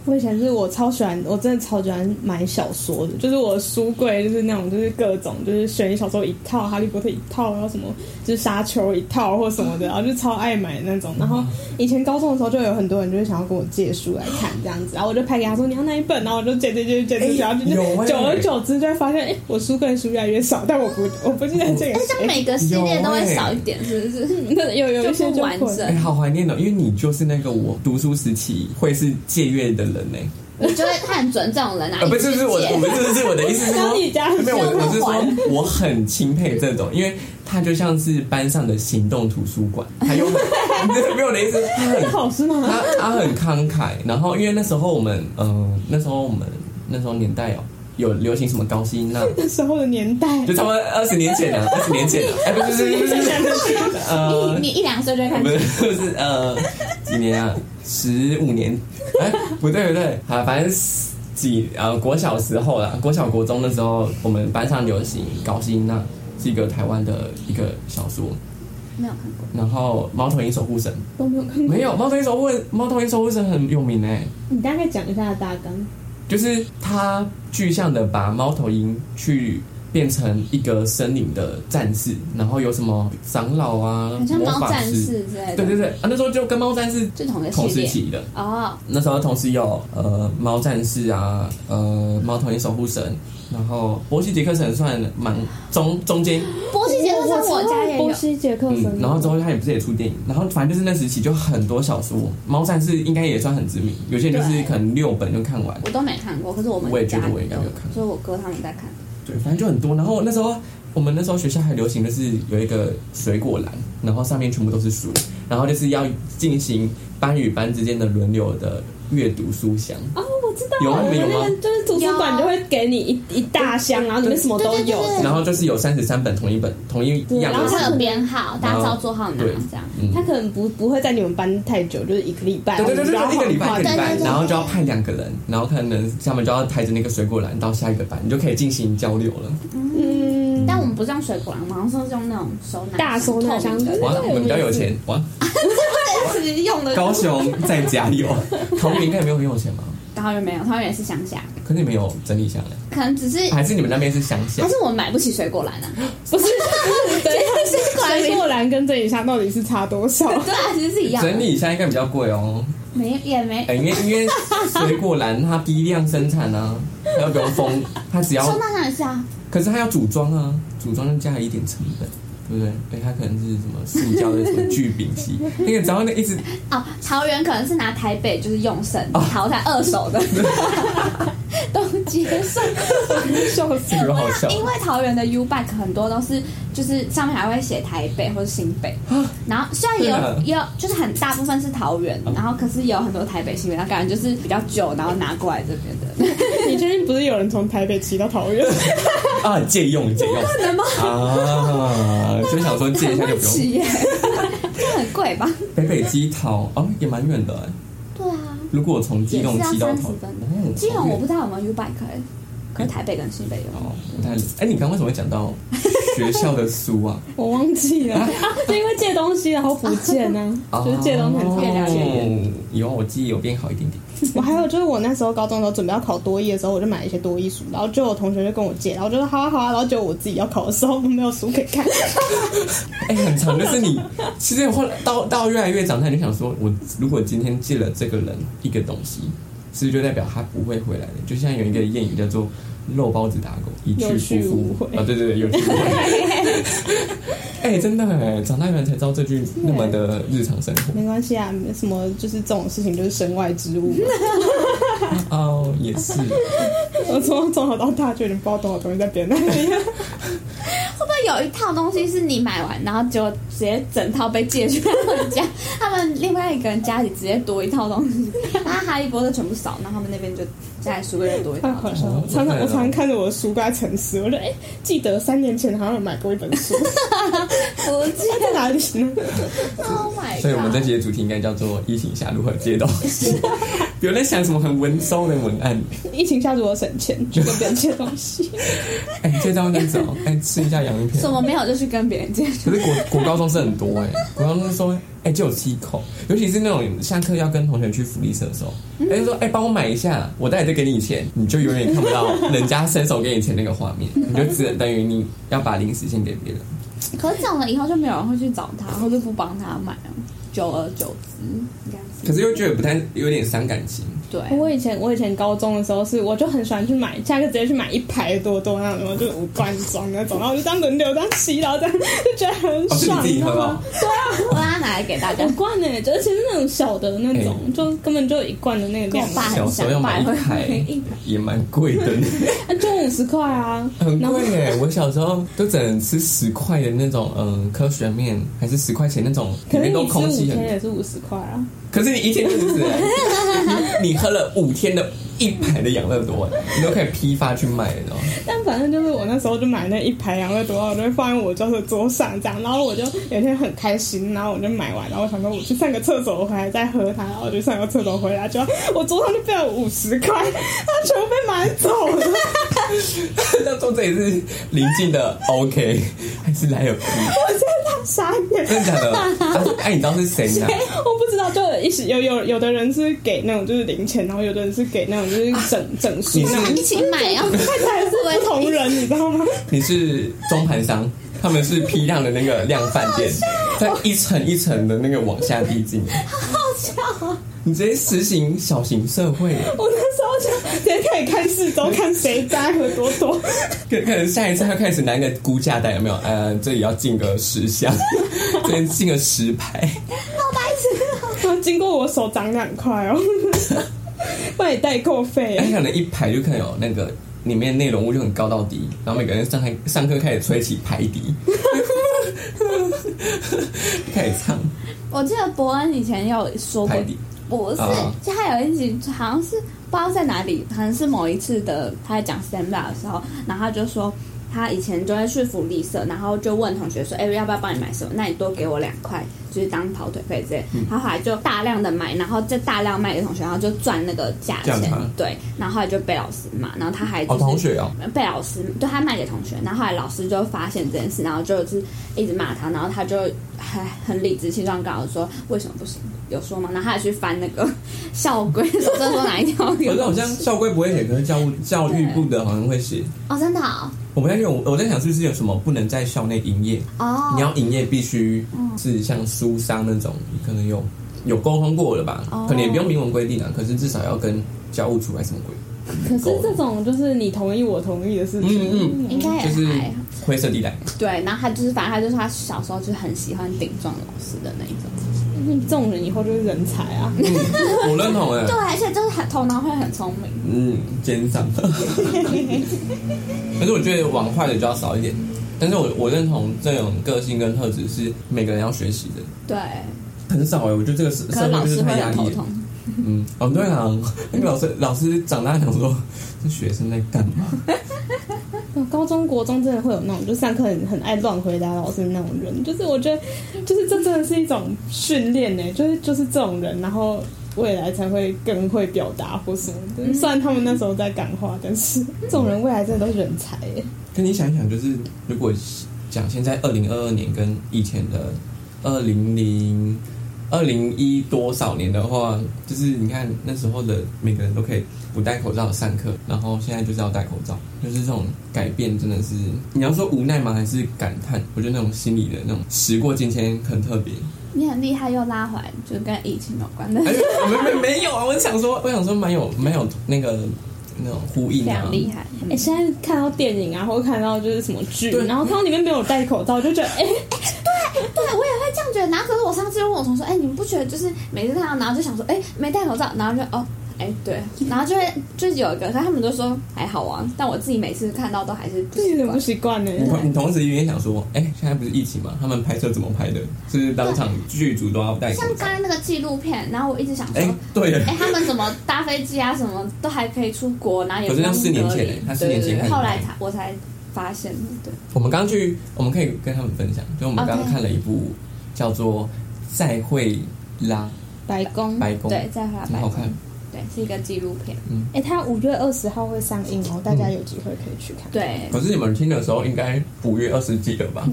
B: 我以前是我超喜欢，我真的超喜欢买小说的，就是我的书柜就是那种就是各种就是悬疑小说一套，哈利波特一套，然后什么就是沙丘一套或什么的，然后就超爱买那种。然后以前高中的时候就有很多人就会想要跟我借书来看这样子，然后我就拍给他说你要那一本，然后我就借借借借借，
C: 哎
B: 然后就
C: 有
B: 就
C: 哎
B: 久而久之就会发现，哎、我书柜书越来越少，但我不我不记得这个
A: 哎，像
B: 谁。
A: 每个系列都会少一点，是不 是？
B: 有有一些
A: 就不
B: 就
A: 完
B: 会
A: 整
C: 哎、好怀念哦，因为你就是那个我读书时期会是借阅的人呢、
A: 你就会看准这种人啊
C: 啊，，不
A: 一
C: 是不
A: 直
C: 是我的，
A: 借
C: 我们这是我的意思是说
B: 像你家，
C: 没有 我
A: 像
C: 我是
A: 环
C: 说我很钦佩这种，因为他就像是班上的行动图书馆，他又很 没有我的意思，他很
B: 好是吗？
C: 他他很慷慨，然后因为那时候我们，嗯、那时候我们那时候年代哦，有流行什么高希娜，
B: 那时候的年代，
C: 就差不多二十年前了、二十年前了、哎、不是不是不是不是，呃
A: 你，你一两岁就会
C: 我
A: 看
C: 们就是呃几年啊，十五年，哎、不对不对，啊，反正是几呃国小时候啦，国小国中的时候，我们班上流行高希娜，是一个台湾的一个小说，
A: 没有看过，
C: 然后猫头鹰守护神
B: 都没有看过。
C: 没有，猫头鹰守护猫头鹰守护神很有名哎、
B: 你大概讲一下大纲。
C: 就是他具象的把猫头鹰去变成一个森林的战士，然后有什么长老啊
A: 好、像
C: 魔
A: 猫
C: 法
A: 战
C: 师，
A: 士之类
C: 对
A: 的，
C: 对对，啊，那时候就跟猫战士
A: 就同个
C: 同
A: 系
C: 时
A: 列
C: 期的。
A: 哦。
C: 那时候同时有呃猫战士啊，呃猫头鹰守护神，然后波西杰克神算蛮中中间，
A: 波西杰
B: 哦
A: 克森我家也有
B: 波，西杰克
C: 嗯
B: 森，，
C: 然后之后他也不是也出电影，然后反正就是那时期就很多小说，猫战士应该也算很知名，有些人就是
A: 对
C: 可能六本就看完，
A: 我都没看过，可是我们
C: 我也
A: 家
C: 觉得我
A: 里
C: 应该
A: 有
C: 没有看
A: 所以我哥他们在看。
C: 对，反正就很多。然后那时候我们那时候学校还流行的是有一个水果篮，然后上面全部都是书，然后就是要进行班与班之间的轮流的阅读书香。
B: 哦，我知道，
C: 有啊
B: 我
C: 没有
B: 们
C: 吗
B: 那边就是图书馆就会给你一一大箱，然后里面什么都
A: 对对
B: 有
A: 对。对
C: 然后就是有三十三本同一本同一
B: 对
C: 样
A: 然
C: 的
A: 后
C: 书
A: 它，有编号，大家知道座号哪
C: 对
A: 这样。
C: 嗯
B: 他可能不不会在你们班太久，就是一个礼拜，
C: 对对对
B: 然后
C: 对，一个
B: 你就要
C: 礼拜一
B: 换
C: 个礼拜
A: 对对，对
C: 然后就要派两个人，然后可能他们就要抬着那个水果篮到下一个班，你就可以进行交流了。
B: 嗯，
A: 但我们不是用水果篮，我们好像是用那种收纳
B: 大收纳箱
A: 透明的
C: 哇，我们比较有钱哇！
A: 是用的，
C: 高雄在加油， 桃园应该也没有很有钱吧？
A: 当然没有，他们也是乡下，
C: 可是你们有整理下来，
A: 可能只是
C: 还是你们那边是哎乡下
A: 还？是我们买不起水果 篮啊。
B: 不是，不是对，
A: 水果篮
B: 水果篮跟这一箱到底是差多少？
A: 对啊，其实是一样的，
C: 整理一下应该比较贵哦，
A: 没也没
C: 哎，因为因为水果篮它批量生产啊，它又不用封，它只要
A: 收，纳箱也是啊，
C: 可是它要组装啊，组装就加了一点成本，对不对？哎，它可能是什么塑胶的什么聚丙烯，那个只要那一直
A: 哦，桃园可能是拿台北就是用剩
C: 哦
A: 淘汰二手 的， 都接受。
B: 笑死！
C: 觉得好笑，
A: 因为桃园的 U Bike 很多都是，就是上面还会写台北或是新北，然后虽然也
C: 啊真的啊哦
A: 有也有，就是很大部分是桃园，然后可是也有很多台北、新北，然后感觉就是比较久，然后拿过来这边的，
B: 你最近不是有人从台北骑到 桃园？
C: 啊，借用借用
A: 能吗？
C: 啊，就想说借一下就
A: 很
C: 不用。
A: 奇耶， 这很贵吧？
C: 北北基桃哦，也蛮远的哎。
A: 对啊，
C: 如果我从基隆骑到
A: 也是要
C: 桃
A: 30分，
C: 嗯
A: 基
C: 好
A: 隆
C: 远
A: 我不知道有没有 U Bike，、欸、可是台北跟新北有。
C: 哦，不太理。哎，你刚刚为什么会讲到学校的书啊？
B: 我忘记了啊，就 因为借东西然后不 见呢，就是借东西很常
A: 越了解
C: 哦有我记忆有变好一点点。
B: 我还有就是我那时候高中的时候准备要考多一的时候，我就买了一些多一书，然后就有同学就跟我借，然后我就说好啊好啊，然后结果我自己要考的时候没有书可以看，
C: 哎、很 长，就是你其实后来到到越来越长大，你就想说，我如果今天借了这个人一个东西，是不是就代表他不会回来了？就像有一个谚语叫做肉包子打狗，一去
B: 有去
C: 不
B: 无
C: 复
B: 回
C: 啊！对对对，有去无回。 哎、真的哎，长大以后才知道这句那么的日常生活。
B: 没关系啊，没什么就是这种事情就是身外之物嘛。
C: 哦，也是，
B: 我从从小到大就有点不知道多少东西在 别人那里。
A: 会不会有一套东西是你买完，然后结果直接整套被借去他们家，他们另外一个人家里直接多一套东西，然后哈利波特全部扫，然后他们那边就家里书柜就多一套
B: 太
A: 东西。
B: 好笑了
C: 哦！
B: 常常
C: 我知道
B: 我常常看着我的书柜在沉思，我说：“哎、记得三年前好像有买过一本书，
A: 不见
B: 它在哪里呢？
A: ，Oh my god！
C: 所以我们这集的主题应该叫做“一情下如何借东 西”。有人想什么很文绉的文案？
B: 疫情下如何省钱？去跟别人借东西。
C: 哎、你借张那走，哎、吃一下洋芋片
A: 什。么没有就去跟别人借，
C: 可是国国高中是很多哎、 国高中是说哎、就有七口，尤其是那种下课要跟同学去福利社的时候，哎、就说哎帮、我买一下，我待会再给你钱，你就永远看不到人家伸手给你钱那个画面， 你就只能等于你要把零食献给别人。
A: 可是这样了以后就没有人会去找他，或者不帮他买了，久而久之应该是
C: 可是又觉得不太有点伤感情，
A: 对。
B: 我以前我以前高中的时候是，我就很喜欢去买，下课直接去买一排多多那种，就是五罐装那种，然后我就这样轮流这样吸，然后这样就觉得很
C: 哦，是你
B: 爽，
C: 自
B: 你
C: 己
B: 知
C: 喝
B: 道
C: 吗
B: 吗？？
A: 我要拿来给大 家
B: 五。罐呢、就而且是那种小的那种，
C: 哎
B: 就根本就一罐的那个
A: 跟我
B: 量，
A: 爸
C: 小
A: 很
C: 时
A: 像
C: 候要，买
A: 买
C: 一
A: 回
C: 台
A: 一
C: 也蛮贵的，
B: 啊就五十块啊，
C: 很
B: 然后
C: 贵哎、我小时候都只能吃十块的那种，嗯，科学面还是十块钱那种，里
B: 可是
C: 面都
B: 你吃
C: 空
B: 五
C: 气很
B: 天也是五十块啊，
C: 可是你一天就死了，你 你喝了五天的一排的养乐多，你都可以批发去卖了。
B: 但反正就是我那时候就买那一排养乐多，我就会放在我教室桌上这样，然后我就有一天很开心，然后我就买完，然后我想说我去上个厕所，我回来再喝它，然后我就上个厕所回来，就我桌上就变了五十块，它全部被买走了，
C: 那说这也是邻近的 OK，还是莱尔夫？
B: 傻 眼。
C: 真的假的？啊哎、你知道是谁拿？
B: 我不知道，就有一时有有有的人是给那种就是零钱，然后有的人是给那种就是整整数
C: 你
B: 那种，
A: 起买啊！
B: 看起来是不同人，你知道吗？
C: 你是中盘商，他们是批量的那个量贩店，在一层一层的那个往下递进。好笑！你直接实行小型社会，
B: 我那时候就直接可以看四周，看谁家和多多。
C: 可可能下一次他开始拿一个估价单，有没有？呃，这也要进个十箱， 这边进个十排。
B: 然后 经过我手涨两块哦， 帮你代购费
C: 哎，可能一排就可能有那个里面内容物就很高到低，然后每个人上开上课开始吹起排笛， 开始唱
A: 我记得伯恩以前有说过
C: 排，笛。
A: 不是
C: 啊，
A: 就他有一集好像是不知道在哪里，好像是某一次的他在讲 stand up 的时候，然后他就说他以前就会去福利社，然后就问同学说，哎、要不要帮你买什么？那你多给我两块，就是当跑腿费之类。
C: 嗯
A: 他后来就大量的买，然后再大量卖给同学，然后就赚那个价
C: 这样
A: 钱
C: 子啊。
A: 对，然后后来就被老师骂，然后他还、就
C: 哦，
A: 是
C: 同学哦，
A: 被老师对他卖给同学，然后后来老师就发现这件事，然后就是一直骂他，然后他就还很理直气壮地告诉我说为什么不行，有说吗？然后他还去翻那个校规，说这说哪一条有
C: 哎可是好像校规不会写，可是教务教育部的好像会写。
A: 哦，真的哦，
C: 我们在有我在想是不是有什么不能在校内营业？
A: 哦
C: 你要营业必须是像书商那种，可能有有沟通过了吧？
A: 哦
C: 可能也不用明文规定啊，可是至少要跟教务处还是什么规，
B: 可是这种就是你同意我同意的事情，
C: 嗯
A: 应该也
C: 就是
A: 还好
C: 灰色地带。
A: 对，然后他就是反正他就说他小时候就是很喜欢顶撞老师的那一种，
B: 嗯这种人以后就是人才啊！
C: 嗯，我认同 哎
A: 对，。而且就是很头脑会很聪明，
C: 嗯，肩上。可是我觉得往坏的就要少一点。但是我我认同这种个性跟特质是每个人要学习的，
A: 对，
C: 很少哎、我觉得这个社
A: 可是
C: 社会
A: 老
C: 就是
A: 师
C: 太
A: 会
C: 压
A: 很
C: 抑
A: 头
C: 了。
A: 痛，
C: 嗯，哦对啊，那个老师 老师长大想说，这学生在干嘛？
B: 高中国中真的会有那种就上课很很爱乱回答老师的那种人，就是我觉得就是这真的是一种训练呢、就是就是这种人，然后未来才会更会表达或什么
C: 嗯
B: 的。虽然他们那时候在感化，但是这种人未来真的都是人才欸耶、
C: 跟你想一想，就是如果讲现在二零二二年跟以前的二零零二零一多少年的话，就是你看那时候的每个人都可以不戴口罩上课，然后现在就是要戴口罩，就是这种改变真的是你要说无奈吗？还是感叹？我觉得那种心理的那种时过境迁很特别。
A: 你很厉害又拉回来，就跟疫情有关的
C: 哎，没没没有啊！我想说，我想说蛮有蛮有那个那种呼应
A: 非
C: 啊
A: 常。厉害。
B: 哎、现在看到电影啊，或者看到就是什么剧，然后看到里面没有戴口罩，就觉得哎、
A: 对，我也会这样觉得。然后可是我上次就问我同事，哎、你们不觉得就是每次看到，然后就想说，哎、没戴口罩，然后就哦。哎、对，然后就会就是有一个，可是他们都说还好啊，但我自己每次看到都还是不
B: 这有
A: 习
B: 点不
A: 惯。
B: 习惯呢。
C: 你同你同时也想说，哎、现在不是疫情嘛？他们拍摄怎么拍的？是不是当场剧组都要戴口
A: 像
C: 罩
A: 刚。才那个纪录片，然后我一直想说，
C: 哎、
A: 哎、
C: 对了，
A: 他们怎么搭飞机啊，什么都还可以出国，然后也
C: 可
A: 不
C: 是
A: 用
C: 那
A: 隔
C: 四年前
A: 离
C: 欸他四
A: 对
C: 年
A: 对
C: 前
A: 对
C: 开始
A: 后来
C: 拍
A: 才我才发现的，对，
C: 我们刚刚去，我们可以跟他们分享，就我们刚刚
A: OK
C: 看了一部叫做《再会拉
B: 白宫，
C: 白宫》，
A: 嗯对，再回来
C: 很
A: 白
C: 哦好
A: 宫，
C: 看。哦
A: 对，是一个纪录片，
B: 哎、它五月二十号会上映哦，大家有机会可以去看。
A: 对，
C: 可是你们听的时候应该五月二十几了吧？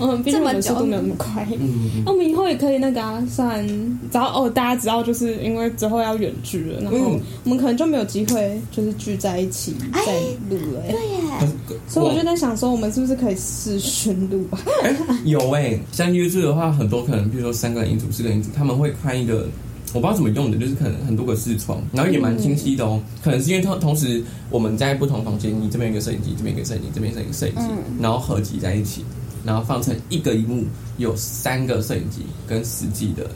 B: 嗯，毕竟我们
A: 这么久
B: 速度没有那么快。哦
C: 嗯，
B: 那我们以后也可以那个啊，算只要哦，大家知道，就是因为之后要远距了，然后
C: 嗯
B: 我们可能就没有机会就是聚在一起
A: 哎
B: 再录了、欸
A: 对耶，
C: 可是
B: 所以我就在想说，我们是不是可以试训录啊？
C: 有哎、像 YouTube 的话，很多可能，比如说三个人一组、四个人一组，他们会开一个，我不知道怎么用的，就是可能很多个视窗，然后也蛮清晰的哦。可能是因为同同时我们在不同房间，你这边有一个摄影机，这边有一个摄影机，这边有一个摄影机，
A: 嗯
C: 然后合集在一起，然后放成一个荧幕，有三个摄影机跟实际的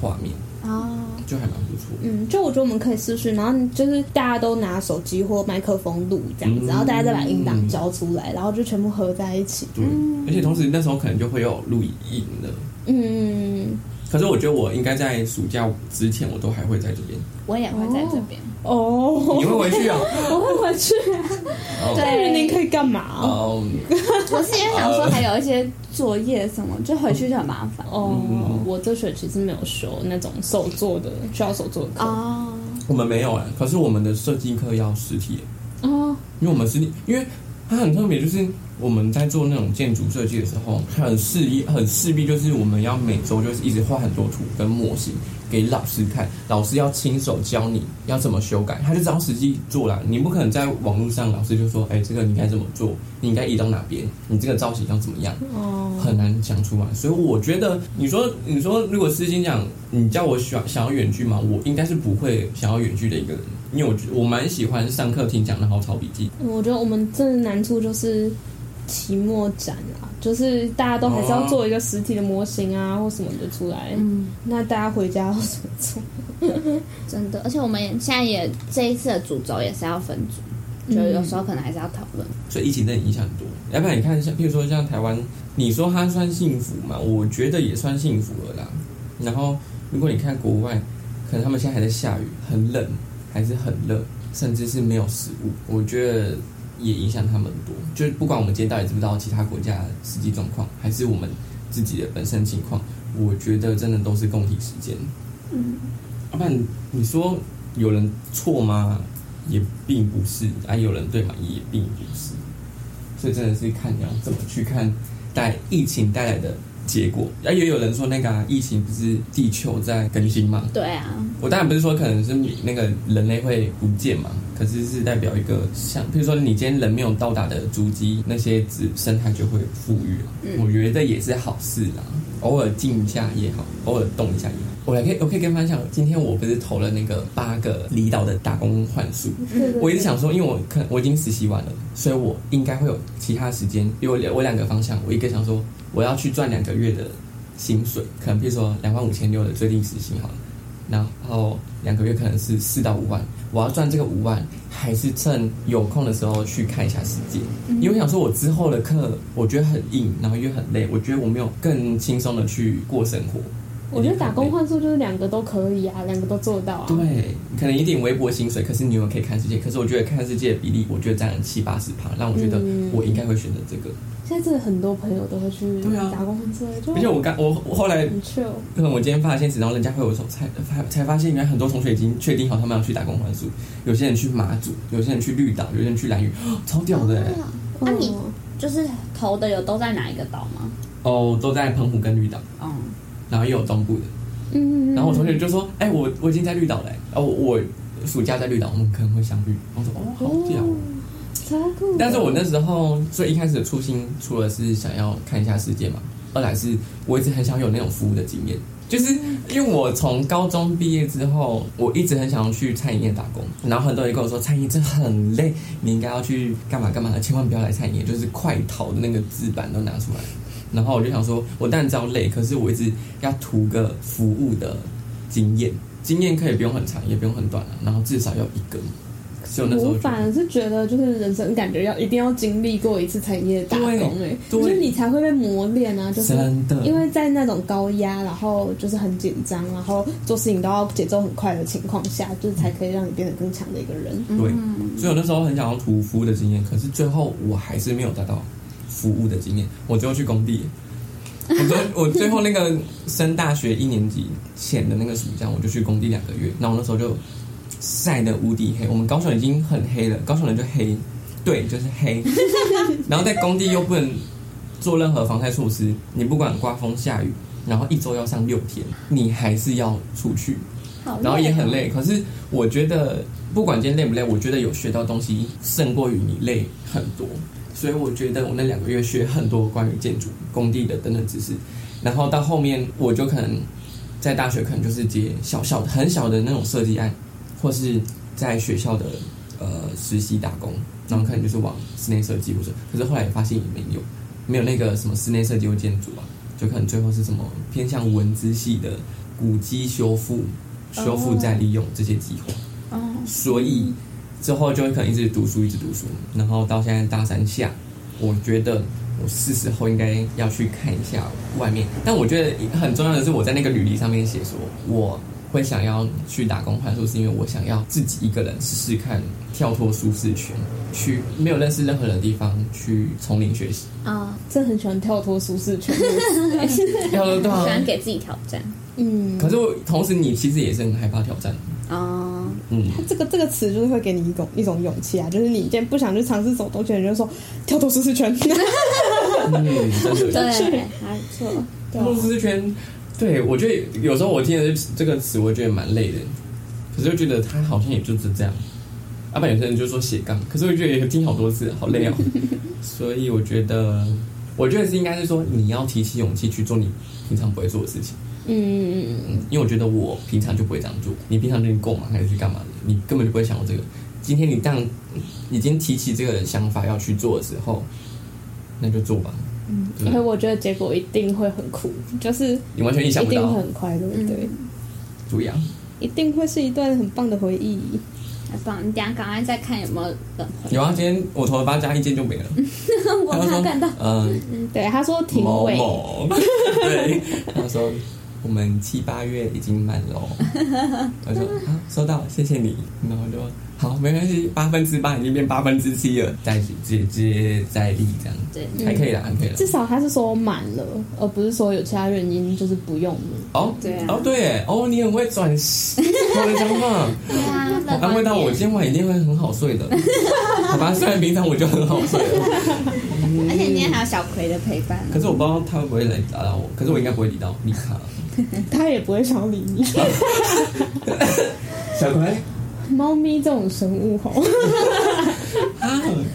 C: 画面，
A: 哦。
C: 就还蛮不错。
B: 嗯，就我觉得我们可以试试，然后就是大家都拿手机或麦克风录这样
C: 嗯
B: 子，然后大家再把音档交出来，然后就全部合在一起。
C: 对，而且同时那时候可能就会有录影了。
B: 嗯，
C: 可是我觉得我应该在暑假之前，我都还会在这边。
A: 我也会在这边。
B: 哦，
C: 你会回去啊？
B: 我会回去。
C: 哦
A: 对
B: 那人您可以干嘛？
C: 哦，
A: 我是因为想
C: 呃
A: 说还有一些作业什么，就回去就很麻烦。
B: 哦，我这学期是没有修那种手做的，需要手做的课。
A: 哦，
C: 我们没有啊，可是我们的设计课要实体耶，欸
B: 哦，
C: 因为我们是，因为它很特别，就是我们在做那种建筑设计的时候，很势意，很势必就是我们要每周就是一直画很多图跟模型给老师看，老师要亲手教你要怎么修改，他就只要实际做啦，你不可能在网络上老师就说，哎、这个你该怎么做，你应该移到哪边，你这个造型要怎么样，
B: 哦，
C: 很难讲出来，所以我觉得，你说，你说，如果私心讲，你叫我想想要远距嘛，我应该是不会想要远距的一个人，因为我觉我蛮喜欢上课听讲，然后抄笔记。
B: 我觉得我们最难处就是期末展啊，就是大家都还是要做一个实体的模型啊，或什么的出来。
A: 嗯，
B: 那大家回家要怎么 做？
A: 真的，而且我们现在也这一次的主轴也是要分组，就有时候可能还是要讨论。
C: 所以疫情真的影响很多。要哎不然你看像，譬如说像台湾，你说它算幸福嘛？我觉得也算幸福了啦。然后如果你看国外，可能他们现在还在下雨，很冷，还是很热，甚至是没有食物，我觉得也影响他们很多。就是不管我们今天到底知不知道其他国家的实际状况，还是我们自己的本身情况，我觉得真的都是共体时间。
A: 嗯，
C: 要不然你说有人错吗？也并不是啊，有人对吗？也并不是，所以真的是看你要怎么去看带疫情带来的结果。啊，也有人说那个啊、疫情不是地球在更新吗？
A: 对啊，
C: 我当然不是说可能是那个人类会不见嘛，可是是代表一个像，比如说你今天人没有到达的足迹，那些子生态就会富裕啊、
A: 嗯
C: 我觉得也是好事啦，偶尔静一下也好，偶尔动一下也好。我来可以，我可以跟分享，今天我不是投了那个八个离岛的打工换宿，我一直想说，因为我可我已经实习完了，所以我应该会有其他时间。比如我两我两个方向，我一个想说我要去赚两个月的薪水，可能比如说两万五千六的最低时薪好了，然后两个月可能是四到五万，我要赚这个五万，还是趁有空的时候去看一下世界？因为我想说，我之后的课我觉得很硬，然后又很累，我觉得我没有更轻松的去过生活。
B: 我觉得打工
C: 有点很累
B: 换宿就是两个都可以啊，两个都做到啊。
C: 对，可能一点微薄薪水，可是你有可以看世界。可是我觉得看世界的比例，我觉得占了七八十趴，让我觉得
B: 嗯
C: 我应该会选择这个。
B: 现在真的很多朋友都会去
C: 对啊
B: 打工换宿，就
C: 而且我刚我我后来
B: 很 chill。
C: 可能我今天发现，然后人家会有时候才才才发现，原来很多同学已经确定好他们要去打工换宿，有些人去马祖，有些人去绿岛，有些人去兰屿，哦超屌的、欸、
A: 那你
B: 哦
A: 啊就是投的有都在哪一个岛吗？
C: 哦，都在澎湖跟绿岛，
A: 嗯，
C: 然后也有东部的。
B: 嗯，嗯
C: 然后我同学就说：“哎、我我已经在绿岛了、欸，哦，我我暑假在绿岛，我们可能会相遇。”我说：“哦，好屌哦、
B: 超酷。
C: 但是我那时候最一开始的初心，除了是想要看一下世界嘛，二来是我一直很想有那种服务的经验，就是因为我从高中毕业之后，我一直很想要去餐饮业打工，然后很多人跟我说餐饮真的很累，你应该要去干嘛干嘛的，千万不要来餐饮业，就是快逃的那个字板都拿出来。然后我就想说，我当然知道累，可是我一直要图个服务的经验，经验可以不用很长，也不用很短啊，然后至少要一个。所以我那时候
B: 我
C: 就
B: 反而是觉得，就是人生感觉要一定要经历过一次产业打工、哎，
C: 对对
B: 就是你才会被磨练啊，就是
C: 真的，
B: 因为在那种高压，然后就是很紧张，然后做事情都要节奏很快的情况下，就是才可以让你变得更强的一个人。
C: 对，所以我那时候很想要图服务的经验，可是最后我还是没有达到服务的经验，我最后去工地。我最我最后那个升大学一年级前的那个暑假，我就去工地两个月。那我那时候就晒得无敌黑，我们高雄已经很黑了，高雄人就黑，对，就是黑。然后在工地又不能做任何防晒措施，你不管刮风下雨，然后一周要上六天，你还是要出去。
A: 好哦
C: 然后也很累。可是我觉得，不管今天累不累，我觉得有学到东西胜过于你累很多。所以我觉得我那两个月学很多关于建筑工地的等等知识，然后到后面我就可能在大学可能就是接小小的很小的那种设计案，或是在学校的呃实习打工，然后可能就是往室内设计或者，可是后来也发现也没有没有那个什么室内设计或建筑啊，就可能最后是什么偏向文资系的古迹修复、修复再利用这些计划。
A: 哦，
C: 所以之后就会可能一直读书，一直读书，然后到现在大三下，我觉得我是时候应该要去看一下外面。但我觉得很重要的是，我在那个履历上面写说我会想要去打工换宿，是因为我想要自己一个人试试看，跳脱舒适圈，去没有认识任何人的地方去从零学习。
A: 啊，
B: 真的很喜欢跳脱舒适圈。
C: 要对
A: 喜
C: 啊，
A: 欢给自己挑战
B: 欸嗯，
C: 可是我同时你其实也是很害怕挑战，
A: 哦，
C: 嗯，
B: 这个这个词就是会给你一种一种勇气啊，就是你今天不想去尝试走东西，你就说跳脱舒 适圈。啊
C: 嗯，真的。
A: 对，还不错。
B: 对啊
C: 舒适圈，对我觉得有时候我听的这个词，我觉得蛮累的，可是又觉得它好像也就是这样。阿爸有些人就说斜杠，可是我觉得也听好多次，好 累哦。所以我觉得，我觉得是应该是说你要提起勇气去做你平常不会做的事情。
B: 嗯，
C: 嗯，因为我觉得我平常就不会这样做。你平常就已经够忙还是去干嘛的？你根本就不会想过这个。今天你当已经提起这个想法要去做的时候，那就做吧。
B: 而且我觉得结果一定会很酷，就是
C: 你完全意想
B: 一
C: 不
B: 定会
C: 到，
B: 很快乐，
A: 嗯
B: 对，
C: 主要
B: 一定会是一段很棒的回忆。
A: 太棒！你等一下赶快再看有没有冷回。
C: 有啊，今天我头发加一件就没了。
A: 嗯我
C: 他
A: 没有看到
C: 说，嗯，
B: 对，他说挺
C: 某
B: 伟，
C: 某， 对，他说我们七八月已经满 喽。我说啊，收到，谢谢你。然后我就好，没关系，八分之八已经变八分之七了，再接接再厉这样，
A: 对，
C: 还可以
A: 嗯
C: 啦，还可以啦。
B: 至少他是说满了，而不是说有其他原因就是不用了。
C: 哦，
A: 对啊
C: 哦对耶，哦 你很会转我的想 法，
A: 对啊，乐观
C: 安慰到我
A: 点
C: 今晚一定会很好睡的。好吧，虽然平常我就很好睡 了，
A: 而且今天还有小葵的陪伴。啊
C: 可是我不知道他会不会来打扰我，可是我应该不会理到理他。
B: 他也不会想理 你。
C: 小葵，
B: 猫咪这种生物吼，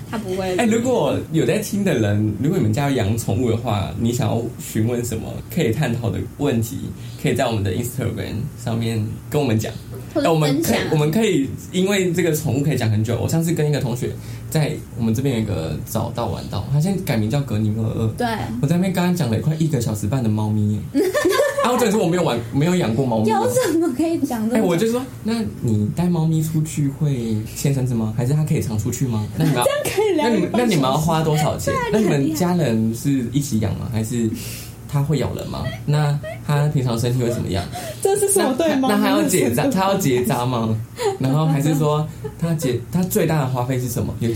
A: 他不会。
C: 哎、如果有在听的人，如果你们家有养宠物的话，你想要询问什么可以探讨的问题，可以在我们的 Instagram 上面跟我们讲。
A: 或
C: 哎、
A: 者
C: 我
A: 分
C: 们可以
A: 享，，
C: 我们可以因为这个宠物可以讲很久。我上次跟一个同学在我们这边有一个早到晚到，他现在改名叫格尼厄厄。
A: 对，
C: 我在那边跟他讲了快一个小时半的猫咪 耶，啊，我真的是我没有玩，没有养过猫咪哦。
A: 有什么可以讲
C: 哎、
A: 的？
C: 我就说，那你带猫咪出去会牵绳子吗？还是它可以常出去吗？那你们要
B: 可以聊
C: 那你们
B: 一半
C: 那你们
B: 小
C: 要
B: 时
C: 花多少钱？
A: 对
C: 那
A: 啊
C: 你
A: 你很
C: 们
A: 厉害
C: 家人是一起养吗？还是它会咬人吗？那它平常身体会怎么样？
B: 这是什么对
C: 那
B: 猫咪的
C: 那还要结
B: 生
C: 扎？
B: 物
C: 它要结扎吗？然后还是说它结它最大的花费是什么？有有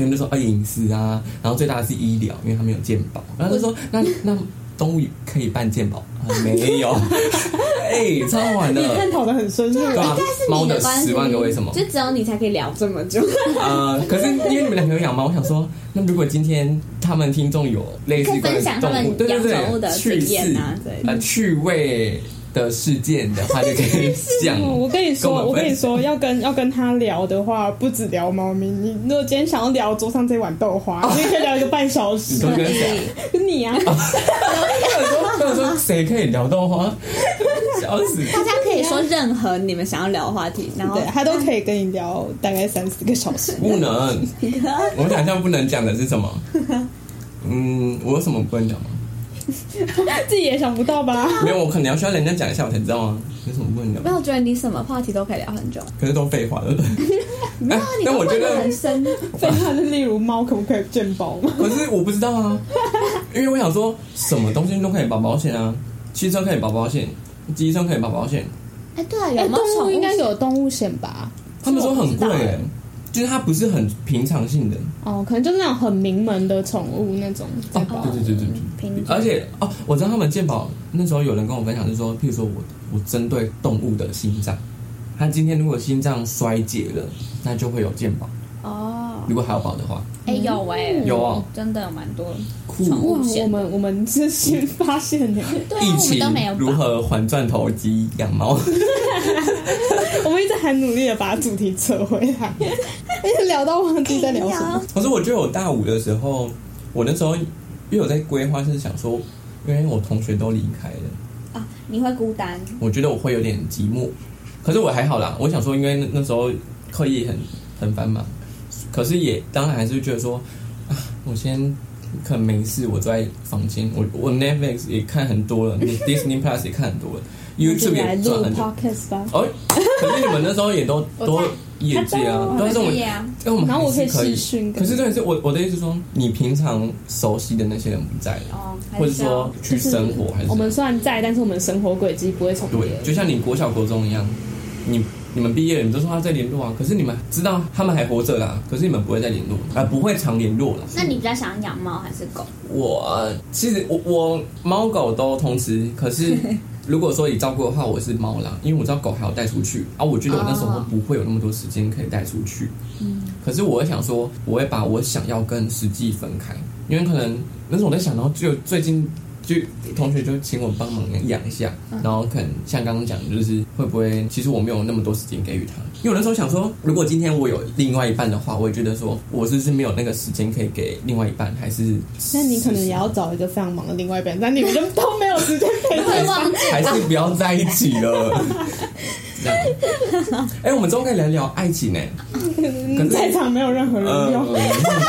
C: 人就说啊饮食啊，然后最大的是医疗，因为它没有健保。然后就说那那动物可以办健保？啊、没 有，哎、超好玩的。
B: 你探讨的很深入
A: 应
C: 对
B: 啊
C: 啊
A: 该哎是
C: 猫
A: 你
C: 的
A: 关系，
C: 十万个为什么
A: 就只有你才可以聊这么久。
C: 呃，可是因为你们两个有养猫，我想说，那如果今天他们听众有类似关
A: 可
C: 于
A: 以分享
C: 动
A: 他
C: 物，
A: 们
C: 对对
A: 养宠物的
C: 对，趣
A: 经验
C: 事
A: 啊之类的
C: 呃趣味的事件的话，就可以讲。
B: 嗯我跟你说，
C: 跟我
B: 我
C: 们分享
B: 跟你说，要跟要跟他聊的话，不止聊猫咪。你如果今天想要聊桌上这碗豆花，你也可以聊一个半小
C: 哦 你
B: 时
C: 都。跟
A: 可
C: 谁？
A: 以
B: 跟你啊，
C: 我想说，我想说谁可以聊到花？笑死！
A: 大家可以说任何你们想要聊的话题，
C: 哦
A: 然后
B: 对他都可以跟你聊大概三四个小 时。
C: 不能，我想象不能讲的是什么？嗯，我有什么不能讲吗？
B: 自己也想不到吧？
C: 没有，我可能要需要人家讲一下我才知道啊，有什么不能
A: 没
C: 讲？
A: 有觉得你什么话题都可以聊很久。
C: 可是都废话了。哎，
A: 啊
C: 但我觉得
A: 很深，
B: 废话，就例如猫可不可以鉴宝吗？
C: 可是我不知道 啊，因为我想说，什么东西都可以保保险啊，汽车可以保保险，机车可以保保险，
A: 哎，对啊，
B: 哎
A: 有没有
B: 动
A: 宠
B: 物
A: 物
B: 应该有动物险吧？
C: 他们说很贵、
A: 这我不知道
C: 欸，就是它不是很平常性的。
B: 哦，可能就是那种很名门的宠物那种在保。
C: 哦对对对对
A: 哦平
C: 对，而且哦，我知道他们健保那时候有人跟我分享，是说，譬如说我我针对动物的心脏，它今天如果心脏衰竭了，那就会有健保，
A: 哦，
C: 如果还有保的话，
A: 哎有哎，
C: 有哦，
A: 真的有蛮多的。
C: 酷。
B: 哇，我们我们是新发现 的，
A: 对
C: 疫
A: 啊，我们
C: 情
A: 都没有
C: 如
A: 吧？
C: 何还钻头及养猫？
B: 我们一直很努力的把主题扯回来，哎一直哎聊到忘记在聊什么。
C: 可是我觉得我大五的时候，我那时候因为我在规划，是想说，因为我同学都离开了，
A: 啊，你会孤单，
C: 我觉得我会有点寂寞。可是我还好啦，我想说，因为那那时候课业很很繁忙，可是也当然还是觉得说，啊，我先可能没事，我坐在房间，我我 Netflix 也看很多了，你 Disney Plus 也看很多了
B: 就
C: ，YouTube
B: 来
C: 也
B: 录
C: 转很多。
B: podcast 吧。
C: 哦，可是你们那时候也都
A: 我
C: 都
A: 在
C: 业界啊，但是我
A: 我
C: 们
A: 也啊，
C: 但我们
B: 然后我可
C: 还
B: 以
C: 是可以
B: 试训跟
C: 可是重点是我我的意思是说，你平常熟悉的那些人不在了，
A: 哦，还
C: 或者
A: 是要
C: 说去
B: 啊就是
C: 生活还是
B: 我们虽然在，但是我们生活轨迹不会重
C: 对
B: 叠，。
C: 就像你国小国中一样，你你们毕业了，你们都说他在联络啊，可是你们知道他们还活着啦，可是你们不会再联络啊、不会常联络了。
A: 那你比较想养猫还是狗？
C: 我其实我我猫狗都通吃，可是如果说你照顾的话，我是猫啦，因为我知道狗还要带出去啊。我觉得我那时候
A: 哦
C: 不会有那么多时间可以带出去，嗯，可是我会想说，我会把我想要跟实际分开，因为可能那时候我在想，然后就最近。就同学就请我帮忙养一下，
B: 嗯
C: 然后可能像刚刚讲的，就是会不会其实我没有那么多时间给予他，因为我那时候想说，如果今天我有另外一半的话，我也觉得说我是不是没有那个时间可以给另外一半，还是
B: 那你可能也要找一个非常忙的另外一半，但你们就都没有时间 陪
A: 会
B: 对方。
A: 忘记
C: 还是不要在一起了。这样哎、我们终于可以聊聊爱情呢、
B: 嗯在场没有任何人
C: 呃
B: 用。，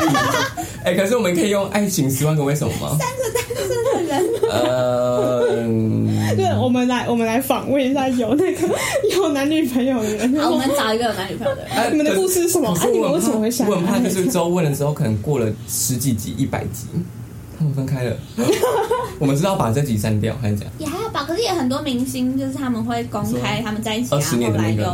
C: 哎、可是我们可以用《爱情十万个为什么》吗？
A: 这个人，
C: 呃，
B: 对，我们来我们来访问一下有那个有男女朋友的人，
A: 好，我们找一个有男女朋友的人。
C: 哎
B: 你们的故事是什么
C: 可是
B: 啊你们
C: 我很
B: 为什么会
C: 怕
B: 想
C: 我很怕
B: 爱
C: 就是周问的时候，可能过了十几集、一百集，他们分开 了。我们知道把这集删掉还是怎样？
A: 也还好吧，可是也很多明星就是他们会公开他们在一起啊，
C: 20年
A: 后
C: 的
A: 来
C: 那个
A: 又，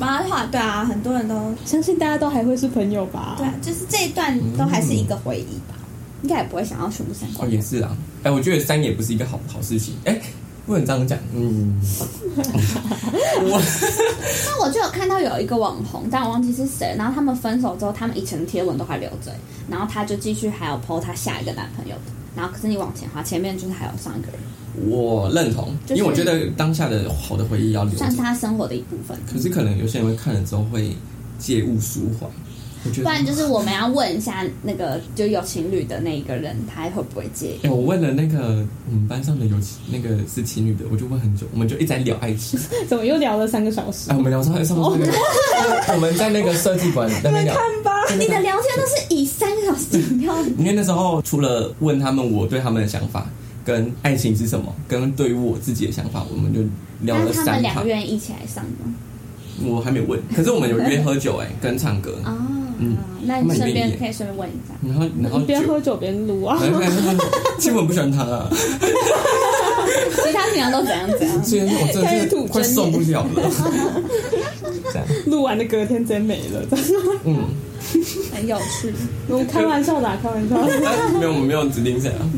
A: 然后的话对啊，很多人都
B: 相信大家都还会是朋友吧？
A: 对啊，就是这一段都还是一个回忆吧，应该也不会想要全部删
C: 哦，
A: 光。
C: 也是啊。哎、我觉得删也不是一个好好事情。哎、不能这样讲。嗯，我。
A: 那我就有看到有一个网红，但我忘记是谁，然后他们分手之后，他们以前的贴文都还留着，然后他就继续还有 PO 他下一个男朋友的，然后可是你往前滑，前面就是还有上一个人，
C: 我认同，
A: 就是
C: 因为我觉得当下的好的回忆要留着
A: 算是，他生活的一部分。
C: 可是可能有些人会看了之后会借物抒怀。我觉
A: 不
C: 得，
A: 然就是我们要问一下那个就有情侣的那一个人，他会不会介意？
C: 哎、我问了那个我们班上的有那个是情侣的，我就问很久，我们就一直在聊爱情。
B: 怎么又聊了三个小时
C: 哎、？我们聊上上上那个，我们在那个设计馆那边聊。
B: 吧，
A: 你的聊天都是以三个小时起跳的，
C: 因为那时候除了问他们我对他们的想法，跟爱情是什么，跟对于我自己的想法，我们就 聊
A: 那
C: 了
A: 他们
C: 三
A: 两
C: 场
A: 个。愿意一起来上吗？
C: 我还没问，可是我们有约喝酒哎、跟唱歌，
A: 啊、
C: 嗯
A: 那
C: 他
A: 你
C: 们
A: 顺
C: 愿意
A: 便
C: 耶
A: 可以顺便问一下。
C: 然后然后
B: 你边
C: 酒
B: 喝酒边录啊。
C: 其实我不喜欢他啊，
A: 其实他平常都怎样怎样？
C: 所以我真的是快受不了了。这样，
B: 录完的隔天真没了。
C: 嗯，
A: 很有 趣。
B: 我开玩笑的啊、开玩笑的。
C: 但没有我们没有指定谁啊。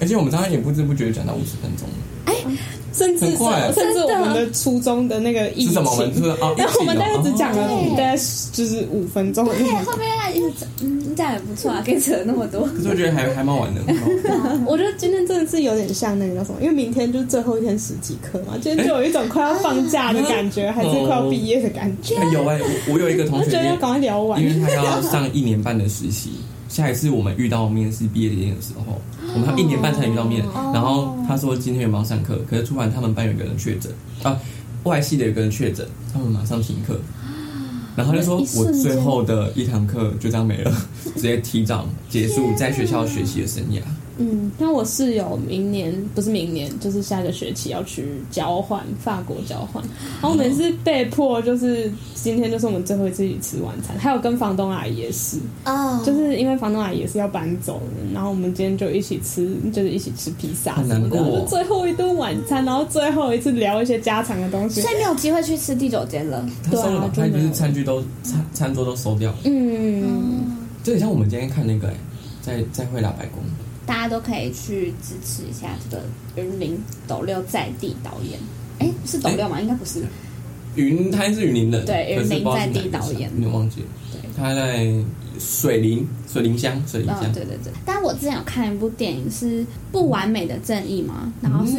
C: 而且我们刚刚也不知不觉讲到五十分钟了，
B: 甚至
C: 很快
B: 甚至我们的初中的那个疫
C: 是
B: 情
C: 什么？我，们是哦，
B: 然后 我们大概只讲了
A: 对
B: 大概就是五分钟。
A: 对，后面那一直嗯，这样也不错啊，可以扯那么 多。
C: 可是我觉得还还蛮晚的。
B: 我觉得今天真的是有点像那个叫什么，因为明天就是最后一天十几课嘛，今天就有一种快要放假的感
C: 嗯
B: 觉，还是快要毕业的感觉。
C: 有哎，我我有一个同
B: 我
C: 学
B: 觉得要赶快聊完哦
C: 因为，因为他要上一年半的实习，下一次我们遇到面试毕业典礼的时候，我们还一年半才遇到面。然后他说今天有没有上课，可是突然他们班有一个人确诊啊，外系的有一个人确诊，他们马上停课。然后他就说
B: 一，瞬
C: 我
B: 间
C: 最后的一堂课就这样没了，直接提早结束在学校学习的生涯。
B: 嗯，那我室友明年不是明年，就是下个学期要去交换法国交换，然后我们是被迫，就是今天就是我们最后一次一起吃晚餐，还有跟房东阿姨也是，
A: 哦，
B: 就是因为房东阿姨也是要搬走了，然后我们今天就一起吃，就是一起吃披萨
C: 好
B: 什
C: 难
B: 么
C: 过
B: 的，
C: 哦
B: 就最后一顿晚餐，然后最后一次聊一些家常的东西
A: 所。以没有机会去吃第九间了。
C: 他收了，
B: 对啊
C: 他
B: 真的
C: 就是餐具都餐餐桌都收掉了，
B: 嗯，
A: 嗯，
C: 就很像我们今天看那个、欸，在在惠达白宫，
A: 大家都可以去支持一下这个云林斗六在地导演。哎，是斗六吗？应该不是。
C: 云他是云林人，
A: 对
C: 可是
A: 云林
C: 不知道
A: 在
C: 是
A: 地
C: 哪个
A: 导演
C: 乡你忘记了？
A: 对
C: 他在水林水林乡水林乡
A: 嗯，，对对对。但我之前有看一部电影是《不完美的正义》嘛，
C: 嗯
A: 然后是、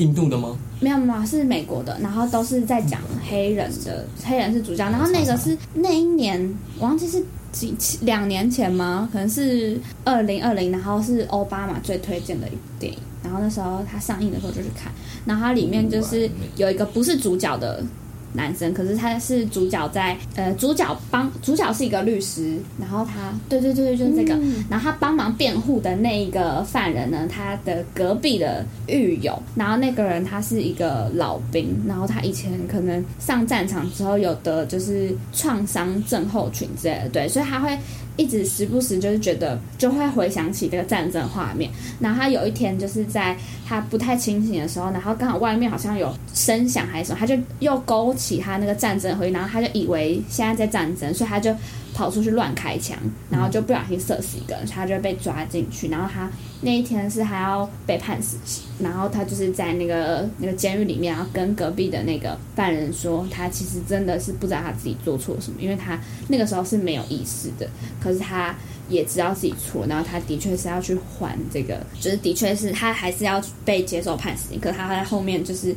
C: 印度的吗？
A: 没有没有是美国的，然后都是在讲黑人的，黑人是主角。然后那个是那一年，我忘记是几几两年前吗？可能是二零二零，然后是奥巴马最推荐的一部电影。然后那时候它上映的时候就去看，然后它里面就是有一个不是主角的男生，可是他是主角在呃主角帮主角是一个律师，然后他对对对对就是这个，然后他帮忙辩护的那一个犯人呢，他的隔壁的狱友，然后那个人他是一个老兵，然后他以前可能上战场之后有的就是创伤症候群之类的，对，所以他会一直时不时就是觉得就会回想起这个战争画面。然后他有一天就是在他不太清醒的时候，然后刚好外面好像有声响还是什么，他就又勾起他那个战争的回忆，然后他就以为现在在战争，所以他就跑出去乱开枪，然后就不小心射死一个人，所以他就被抓进去。然后他那一天是还要被判死刑，然后他就是在那个那个监狱里面，然后跟隔壁的那个犯人说，他其实真的是不知道他自己做错什么，因为他那个时候是没有意识的，可是他也知道自己错，然后他的确是要去还这个，就是的确是他还是要被接受判死刑，可是他在后面就是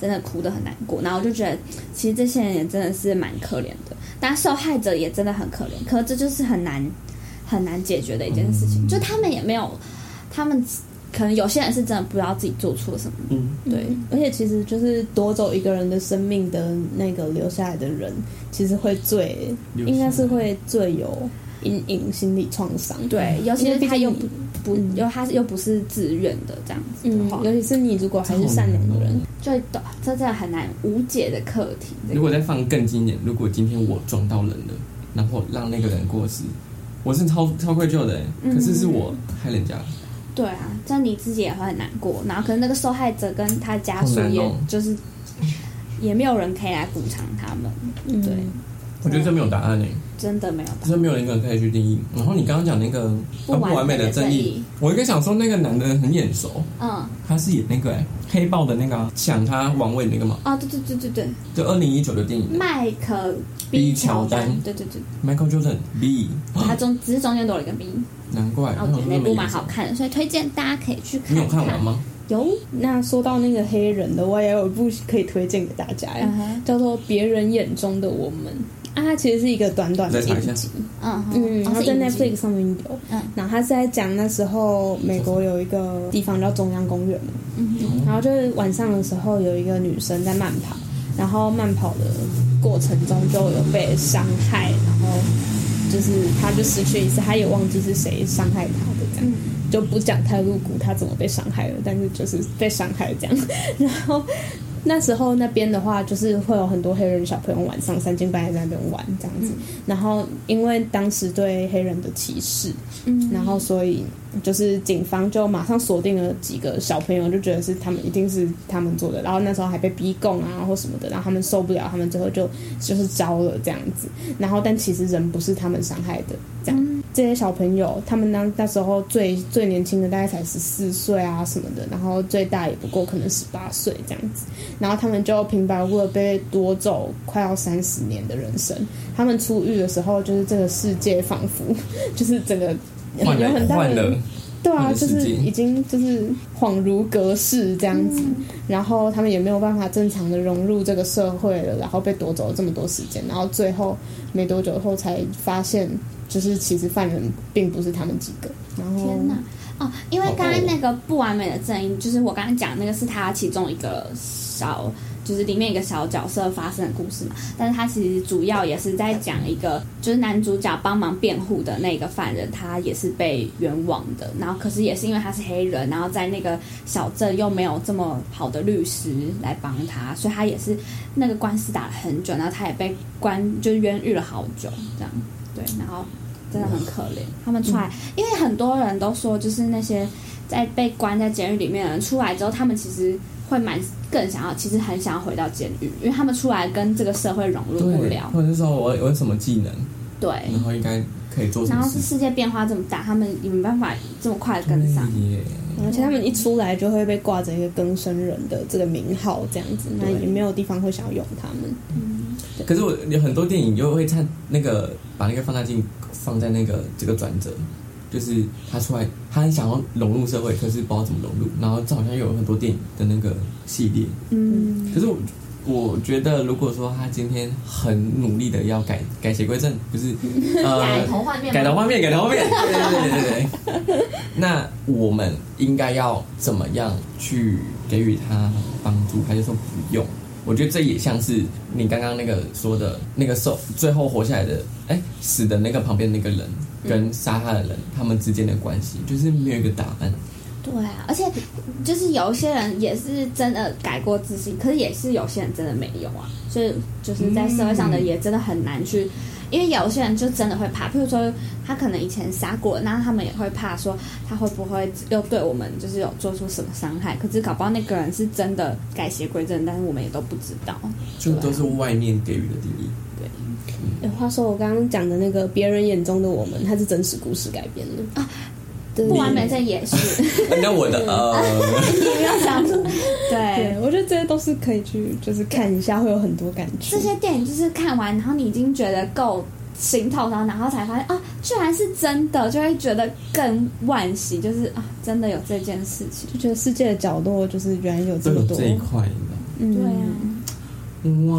A: 真的哭得很难过，然后我就觉得其实这些人也真的是蛮可怜的，但受害者也真的很可怜，可是这就是很难很难解决的一件事情，就他们也没有，他们可能有些人是真的不知道自己做错什么，
C: 嗯，
B: 对，而且其实就是夺走一个人的生命的那个留下来的人，其实会最
C: 有
B: 应该是
C: 什么
B: 会最有阴影、心理创伤。
A: 对，尤其
B: 因为
A: 是
B: 毕竟
A: 他又
B: 你
A: 不不
B: 嗯
A: 又他是又不是自愿的这样子的
B: 嗯
A: 话，，
B: 尤其是你如果还是善良的人，
A: 就懂这真的很难无解的课题。这
C: 哦
A: 个
C: 如果再放更经典，如果今天我撞到人了，然后让那个人过世，我是超超愧疚的、欸，
A: 嗯
C: 可是是我害人家，
A: 对啊，这样你自己也会很难过，然后可能那个受害者跟他家属
C: 好难哦
A: 也就是也没有人可以来补偿他们，
B: 嗯
A: 对，
C: 我觉得这没有答案诶、欸
A: 真的没有吧？
C: 这没有人可以去定义。然后你刚刚讲那个啊不完美的正义，，我应该想说那个男的很眼熟，
A: 嗯，
C: 他是演那个、欸、黑豹的那个啊抢他王位那个嘛，
A: 哦，对对对对对，
C: 就二零一九的电影
A: 麦克
C: B
A: 乔
C: 乔丹
A: 对对对，
C: ，Michael Jordan B，
A: 他中只是中间多了一个 B，
C: 难怪。
A: 然后
C: 他
A: 我觉得哦那
C: 有啊那么
A: 部
C: 眼
A: 蛮
C: 熟
A: 好看的，所以推荐大家可以去
C: 你有
A: 看
C: 看完吗？
A: 有，
B: 那说到那个黑人的，我也有一部可以推荐给大家，欸
A: 嗯哼
B: 叫做《别人眼中的我们》啊，它其实是一个短短
C: 再
B: 的
C: 查一下
B: 影集，
A: 嗯
B: 嗯，然
A: 哦
B: 后
A: 是
B: 在
A: 影集
B: Netflix 上面有，
A: 嗯
B: 然后它是在讲那时候美国有一个地方叫中央公园嘛，
A: 嗯哼
B: 然后就是晚上的时候有一个女生在慢跑，然后慢跑的过程中就有被伤害，然后就是她就失去意识，她也忘记是谁伤害她的这样。
A: 嗯
B: 就不讲太露骨，他怎么被伤害了，但是就是被伤害这样。然后那时候那边的话，就是会有很多黑人小朋友晚上三更半夜在那边玩这样子。然后因为当时对黑人的歧视，
A: 嗯，
B: 然后所以就是警方就马上锁定了几个小朋友，就觉得是他们一定是他们做的。然后那时候还被逼供啊或什么的，然后他们受不了，他们最后就就是招了这样子。然后但其实人不是他们伤害的，这样、这些小朋友他们那那时候最最年轻的大概才十四岁啊什么的，然后最大也不过可能十八岁这样子。然后他们就平白无故地被夺走快要三十年的人生。他们出狱的时候，就是这个世界仿佛 就是整个。有
C: 换
B: 很
C: 了
B: 大
C: 换
B: 的
C: 了，
B: 对啊，
C: 换个
B: 就
C: 世
B: 是
C: 界
B: 已经就是恍如隔世这样子，然后他们也没有办法正常的融入这个社会了，然后被夺走了这么多时间，然后最后没多久后才发现，就是其实犯人并不是他们几个，然后
A: 天哪！哦，因为
C: 好
A: 刚才那个不完美的正义，就是我刚才讲那个是他其中一个小，就是里面一个小角色发生的故事嘛。但是他其实主要也是在讲一个，就是男主角帮忙辩护的那个犯人，他也是被冤枉的。然后可是也是因为他是黑人，然后在那个小镇又没有这么好的律师来帮他，所以他也是那个官司打了很久，然后他也被关就是冤狱了好久，这样对，然后真的很可怜。他们出来，因为很多人都说，就是那些在被关在监狱里面的人出来之后，他们其实会蛮更想要，其实很想要回到监狱，因为他们出来跟这个社会融入不
C: 对，
A: 了。
C: 或者是说我我有什么技能，
A: 对，
C: 然后应该可以做什
A: 然
C: 么
A: 后
C: 事
A: 是
C: 情。
A: 世界变化这么大，他们也没办法这么快跟上。
C: 对耶
B: 而且他们一出来就会被挂着一个更生人的这个名号，这样子，那
C: 对
B: 也没有地方会想要用他们。
C: 可是我有很多电影又会看那个把那个放大镜放在那个这个转折，就是他出来，他很想要融入社会，可是不知道怎么融入。然后这好像有很多电影的那个系列，
A: 嗯，
C: 可是我我觉得如果说他今天很努力的要改改邪归正，不是
D: 改
C: 呃
D: 头换面吗，
C: 改头换面，改头换面，对对对对对。 那我们应该要怎么样去给予他帮助？他就说不用。我觉得这也像是你刚刚那个说的那个受最后活下来的，哎，死的那个旁边那个人跟杀他的人、他们之间的关系，就是没有一个答案。
A: 对啊，而且就是有一些人也是真的改过自新，可是也是有些人真的没有啊，所以就是在社会上的也真的很难去，因为有些人就真的会怕，譬如说他可能以前杀过，那他们也会怕说他会不会又对我们就是有做出什么伤害，可是搞不好那个人是真的改邪归正，但是我们也都不知道。
C: 就都是外面给予的定义。
B: 哎、话说我刚刚讲的那个别人眼中的我们，它是真实故事改编的啊，对
A: 不完美这也是，
B: 啊
C: 那我的呃，
A: 不要想错。对
B: 对，，我觉得这些都是可以去就是看一下，会有很多感觉。
A: 这些电影就是看完，然后你已经觉得够心痛，然后然后才发现啊，居然是真的，就会觉得更惋惜，就是啊，真的有这件事情。
B: 就觉得世界的角落就是原来有
C: 都
B: 这
C: 有
B: 么多，
C: 这一块，你知
A: 对
C: 道吗
B: 嗯
A: 啊，然后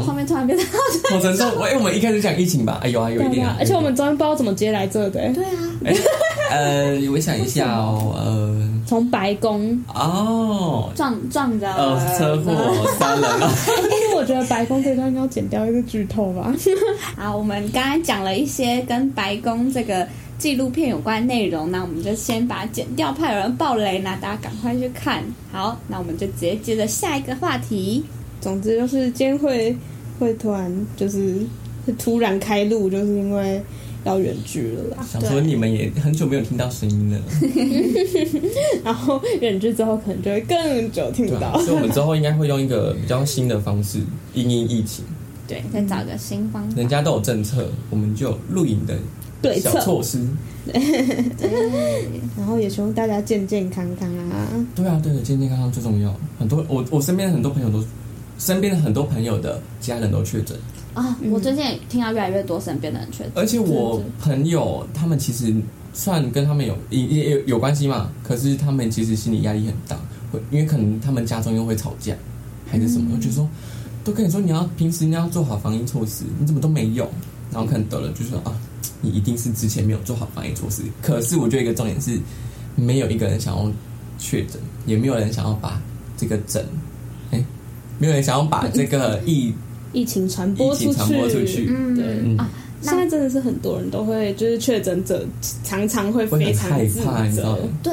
A: 后
C: 哇，
A: 面突然变得
C: 好 沉重！哎、我们一开始讲疫情吧，哎有啊有一
B: 对
C: 点
B: 啊
C: 啊，，
B: 而且我们昨天不知道怎么接来这的、欸
A: 对啊，
C: 哎、呃，我想一下哦，
B: 从白宫，
C: 呃，哦，
A: 撞撞着
C: 呃，车祸杀 人了，
B: 但是我觉得白宫这段应该要剪掉，因为是剧透吧。
A: 啊好，我们刚才讲了一些跟白宫这个纪录片有关内容，那我们就先把它剪掉，怕有人爆雷，那大家赶快去看。好，那我们就直接接着下一个话题。
B: 总之就是今天会会突然就是会突然开路，就是因为要远距 了啦。
C: 想说你们也很久没有听到声音了，
B: 然后远距之后可能就会更久听不
C: 对、啊，
B: 到。
C: 所以我们之后应该会用一个比较新的方式因应疫情，
B: 啊
A: 对，再找个新方法。
C: 嗯人家都有政策，我们就有录影的
B: 对
C: 小
B: 策，
C: 措施，
B: 然后也希望大家健健康康啊。
C: 对啊，对的，健健康康最重要。很多我我身边很多朋友都，身边的很多朋友的家人都确诊。
A: 啊、我最近也听到越来越多身边的人确诊。
C: 而且我朋友他们其实算跟他们有也也有有关系嘛，可是他们其实心理压力很大，会因为可能他们家中又会吵架，还是什么，我就说都跟你说你要平时你要做好防疫措施，你怎么都没有，然后可能得了就说啊，你一定是之前没有做好防疫措施。可是我觉得一个重点是，没有一个人想要确诊，也没有人想要把这个诊，哎、没有人想要把这个疫
B: 疫情传
C: 疫
B: 播
C: 情
B: 出
C: 传播出去。
A: 嗯，
B: 对
C: 嗯
A: 啊，
B: 现在真的是很多人都会，就是确诊者常常会
C: 会
B: 非
C: 很
B: 常
C: 害
B: 自
C: 怕，你知道
B: 责
C: 吗，？
A: 对，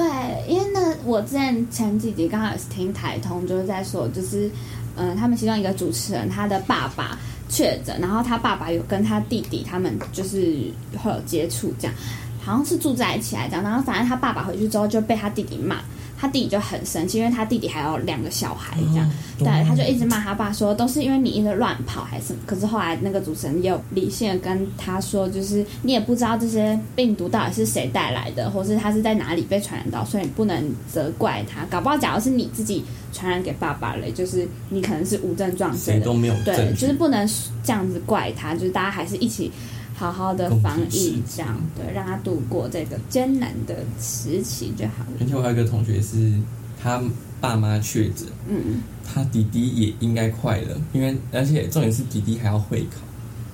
A: 因为那我之前前几集刚好也是听台通，就是在说，就是嗯、呃他们其中一个主持人他的爸爸确诊，然后他爸爸有跟他弟弟他们就是会有接触这样。好像是住在一起来讲，然后反正他爸爸回去之后就被他弟弟骂，他弟弟就很生气，因为他弟弟还有两个小
C: 哦
A: 孩这样，哎对，他就一直骂他爸说都是因为你一直乱跑还是什么。可是后来那个主持人也有理性的跟他说，就是你也不知道这些病毒到底是谁带来的，或是他是在哪里被传染到，所以你不能责怪他。搞不好假如是你自己传染给爸爸了，就是你可能是无症状者
C: 谁
A: 的
C: 都没有证
A: 对，
C: 据
A: 就是不能这样子怪他，就是大家还是一起好好的防疫，这样对，让他度过这个艰难的时期就好了。
C: 而且我还有一个同学是他爸妈确诊，
A: 嗯，
C: 他弟弟也应该快了，因为而且重点是弟弟还要会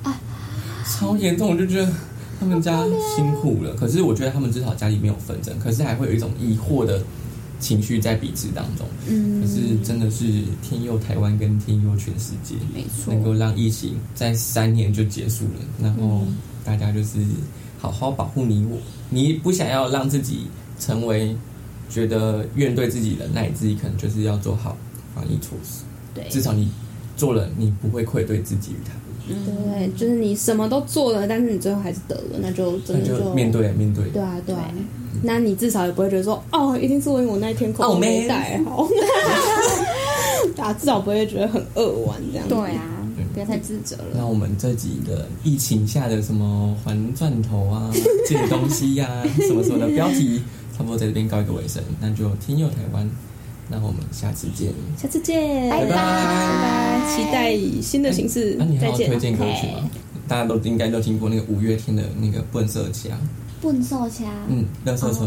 C: 考啊，超严重，我就觉得他们家辛苦了，可是我觉得他们至少家里没有纷争，可是还会有一种疑惑的情绪在彼此当中。
A: 嗯
C: 可，是真的是天佑台湾跟天佑全世界，
A: 没错
C: 能，够让疫情在三年就结束了，然后
A: 嗯
C: 大家就是好好保护你我，你不想要让自己成为觉得怨对自己人，那你自己可能就是要做好防疫措施，
A: 对
C: 至少你做了，你不会愧对自己与他们，
B: 对，就是你什么都做了，但是你最后还是得了，那就真
C: 那
B: 的
C: 就面对面对。
B: 对啊，对啊
A: 对。
B: 那你至少也不会觉得说，哦，一定是因为我那一天口
C: 哦
B: 罩没
C: ，man
B: 戴好， 啊，至少不会觉得很扼腕这样。
A: 对，啊，不要太自责了。
C: 那我们这集的疫情下的什么还钻头啊、借东西呀、什么什么的标题，差不多在这边告一个尾声。那就天佑台湾，那我们下次见。
B: 下次见，
A: 拜拜
B: 拜拜期待以新的形式
C: 那你还
B: 再
C: 有
B: 见
C: 推。荐歌曲吗？大家都应该都听过那个五月天的那个《笨色枪》，
A: 笨兽侠，
C: 嗯，《乐色车》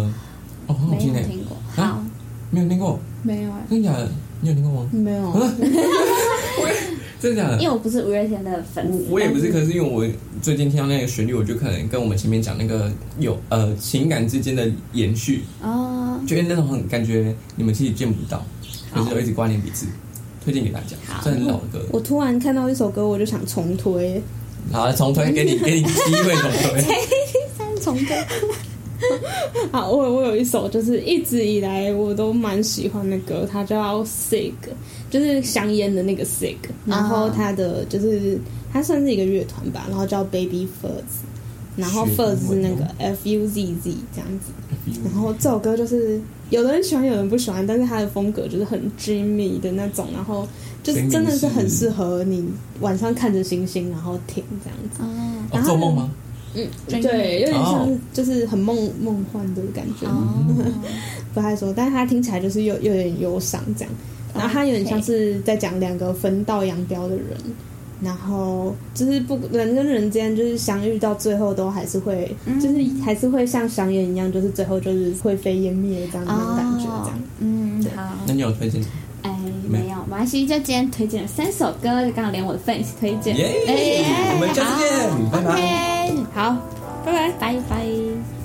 C: 哦，很好
A: 没
C: 听
A: 有
C: 诶，
A: 听过。
C: 啊
A: 好，
C: 没有听过，
A: 没有啊，
C: 真的假的？你有听过吗？
B: 没有，
C: 真的假
A: 因为
C: 的？
A: 我不是五月天的粉丝，
C: 我也不是，可是因为我最近听到那个旋律，我就可能跟我们前面讲那个有呃情感之间的延续，
A: 哦，
C: 就是那种很感觉你们其实见不到，可是又一直挂念彼此，推荐给大家，这很老的歌。
B: 我突然看到一首歌，我就想重推。
C: 好，重推给你，给你机会重 推。
A: 三重歌，
B: 啊，我我有一首就是一直以来我都蛮喜欢的歌，它叫《Sig》，就是香烟的那个 Sig。然后它
C: 啊
B: 的就是它算是一个乐团吧，然后叫 Baby Fuzz，然后
C: 学英
B: Fuzz
C: 文
B: 是那个
C: 哦
B: F U Z Z 这样子。然后这首歌就是有的人喜欢，有人不喜欢，但是它的风格就是很 Jimmy 的那种，然后就是真的是很适合你晚上看着星星然后听这样子。
A: 哦，
C: 哦，做梦吗？
A: 真
B: 对，有点像是
C: 哦
B: 就是很梦梦幻的感觉。
A: 哦，
B: 不太说，但是他听起来就是又又有点忧伤这样，然后他有点像是在讲两个分道扬镳的人，然后就是不人跟人之间就是相遇到最后都还是会，
A: 嗯
B: 就是还是会像香烟一样，就是最后就是灰飞烟灭这样那种感觉这样。
A: 嗯，好，
C: 那你有推荐？
A: 哎，没有，马来西就今天推荐了三首歌，刚好连我的 fans 推荐，
C: 耶
A: 哎
C: 我们下次
A: 好
C: 见拜拜
A: ，OK，好，
B: 拜拜。
A: 拜拜。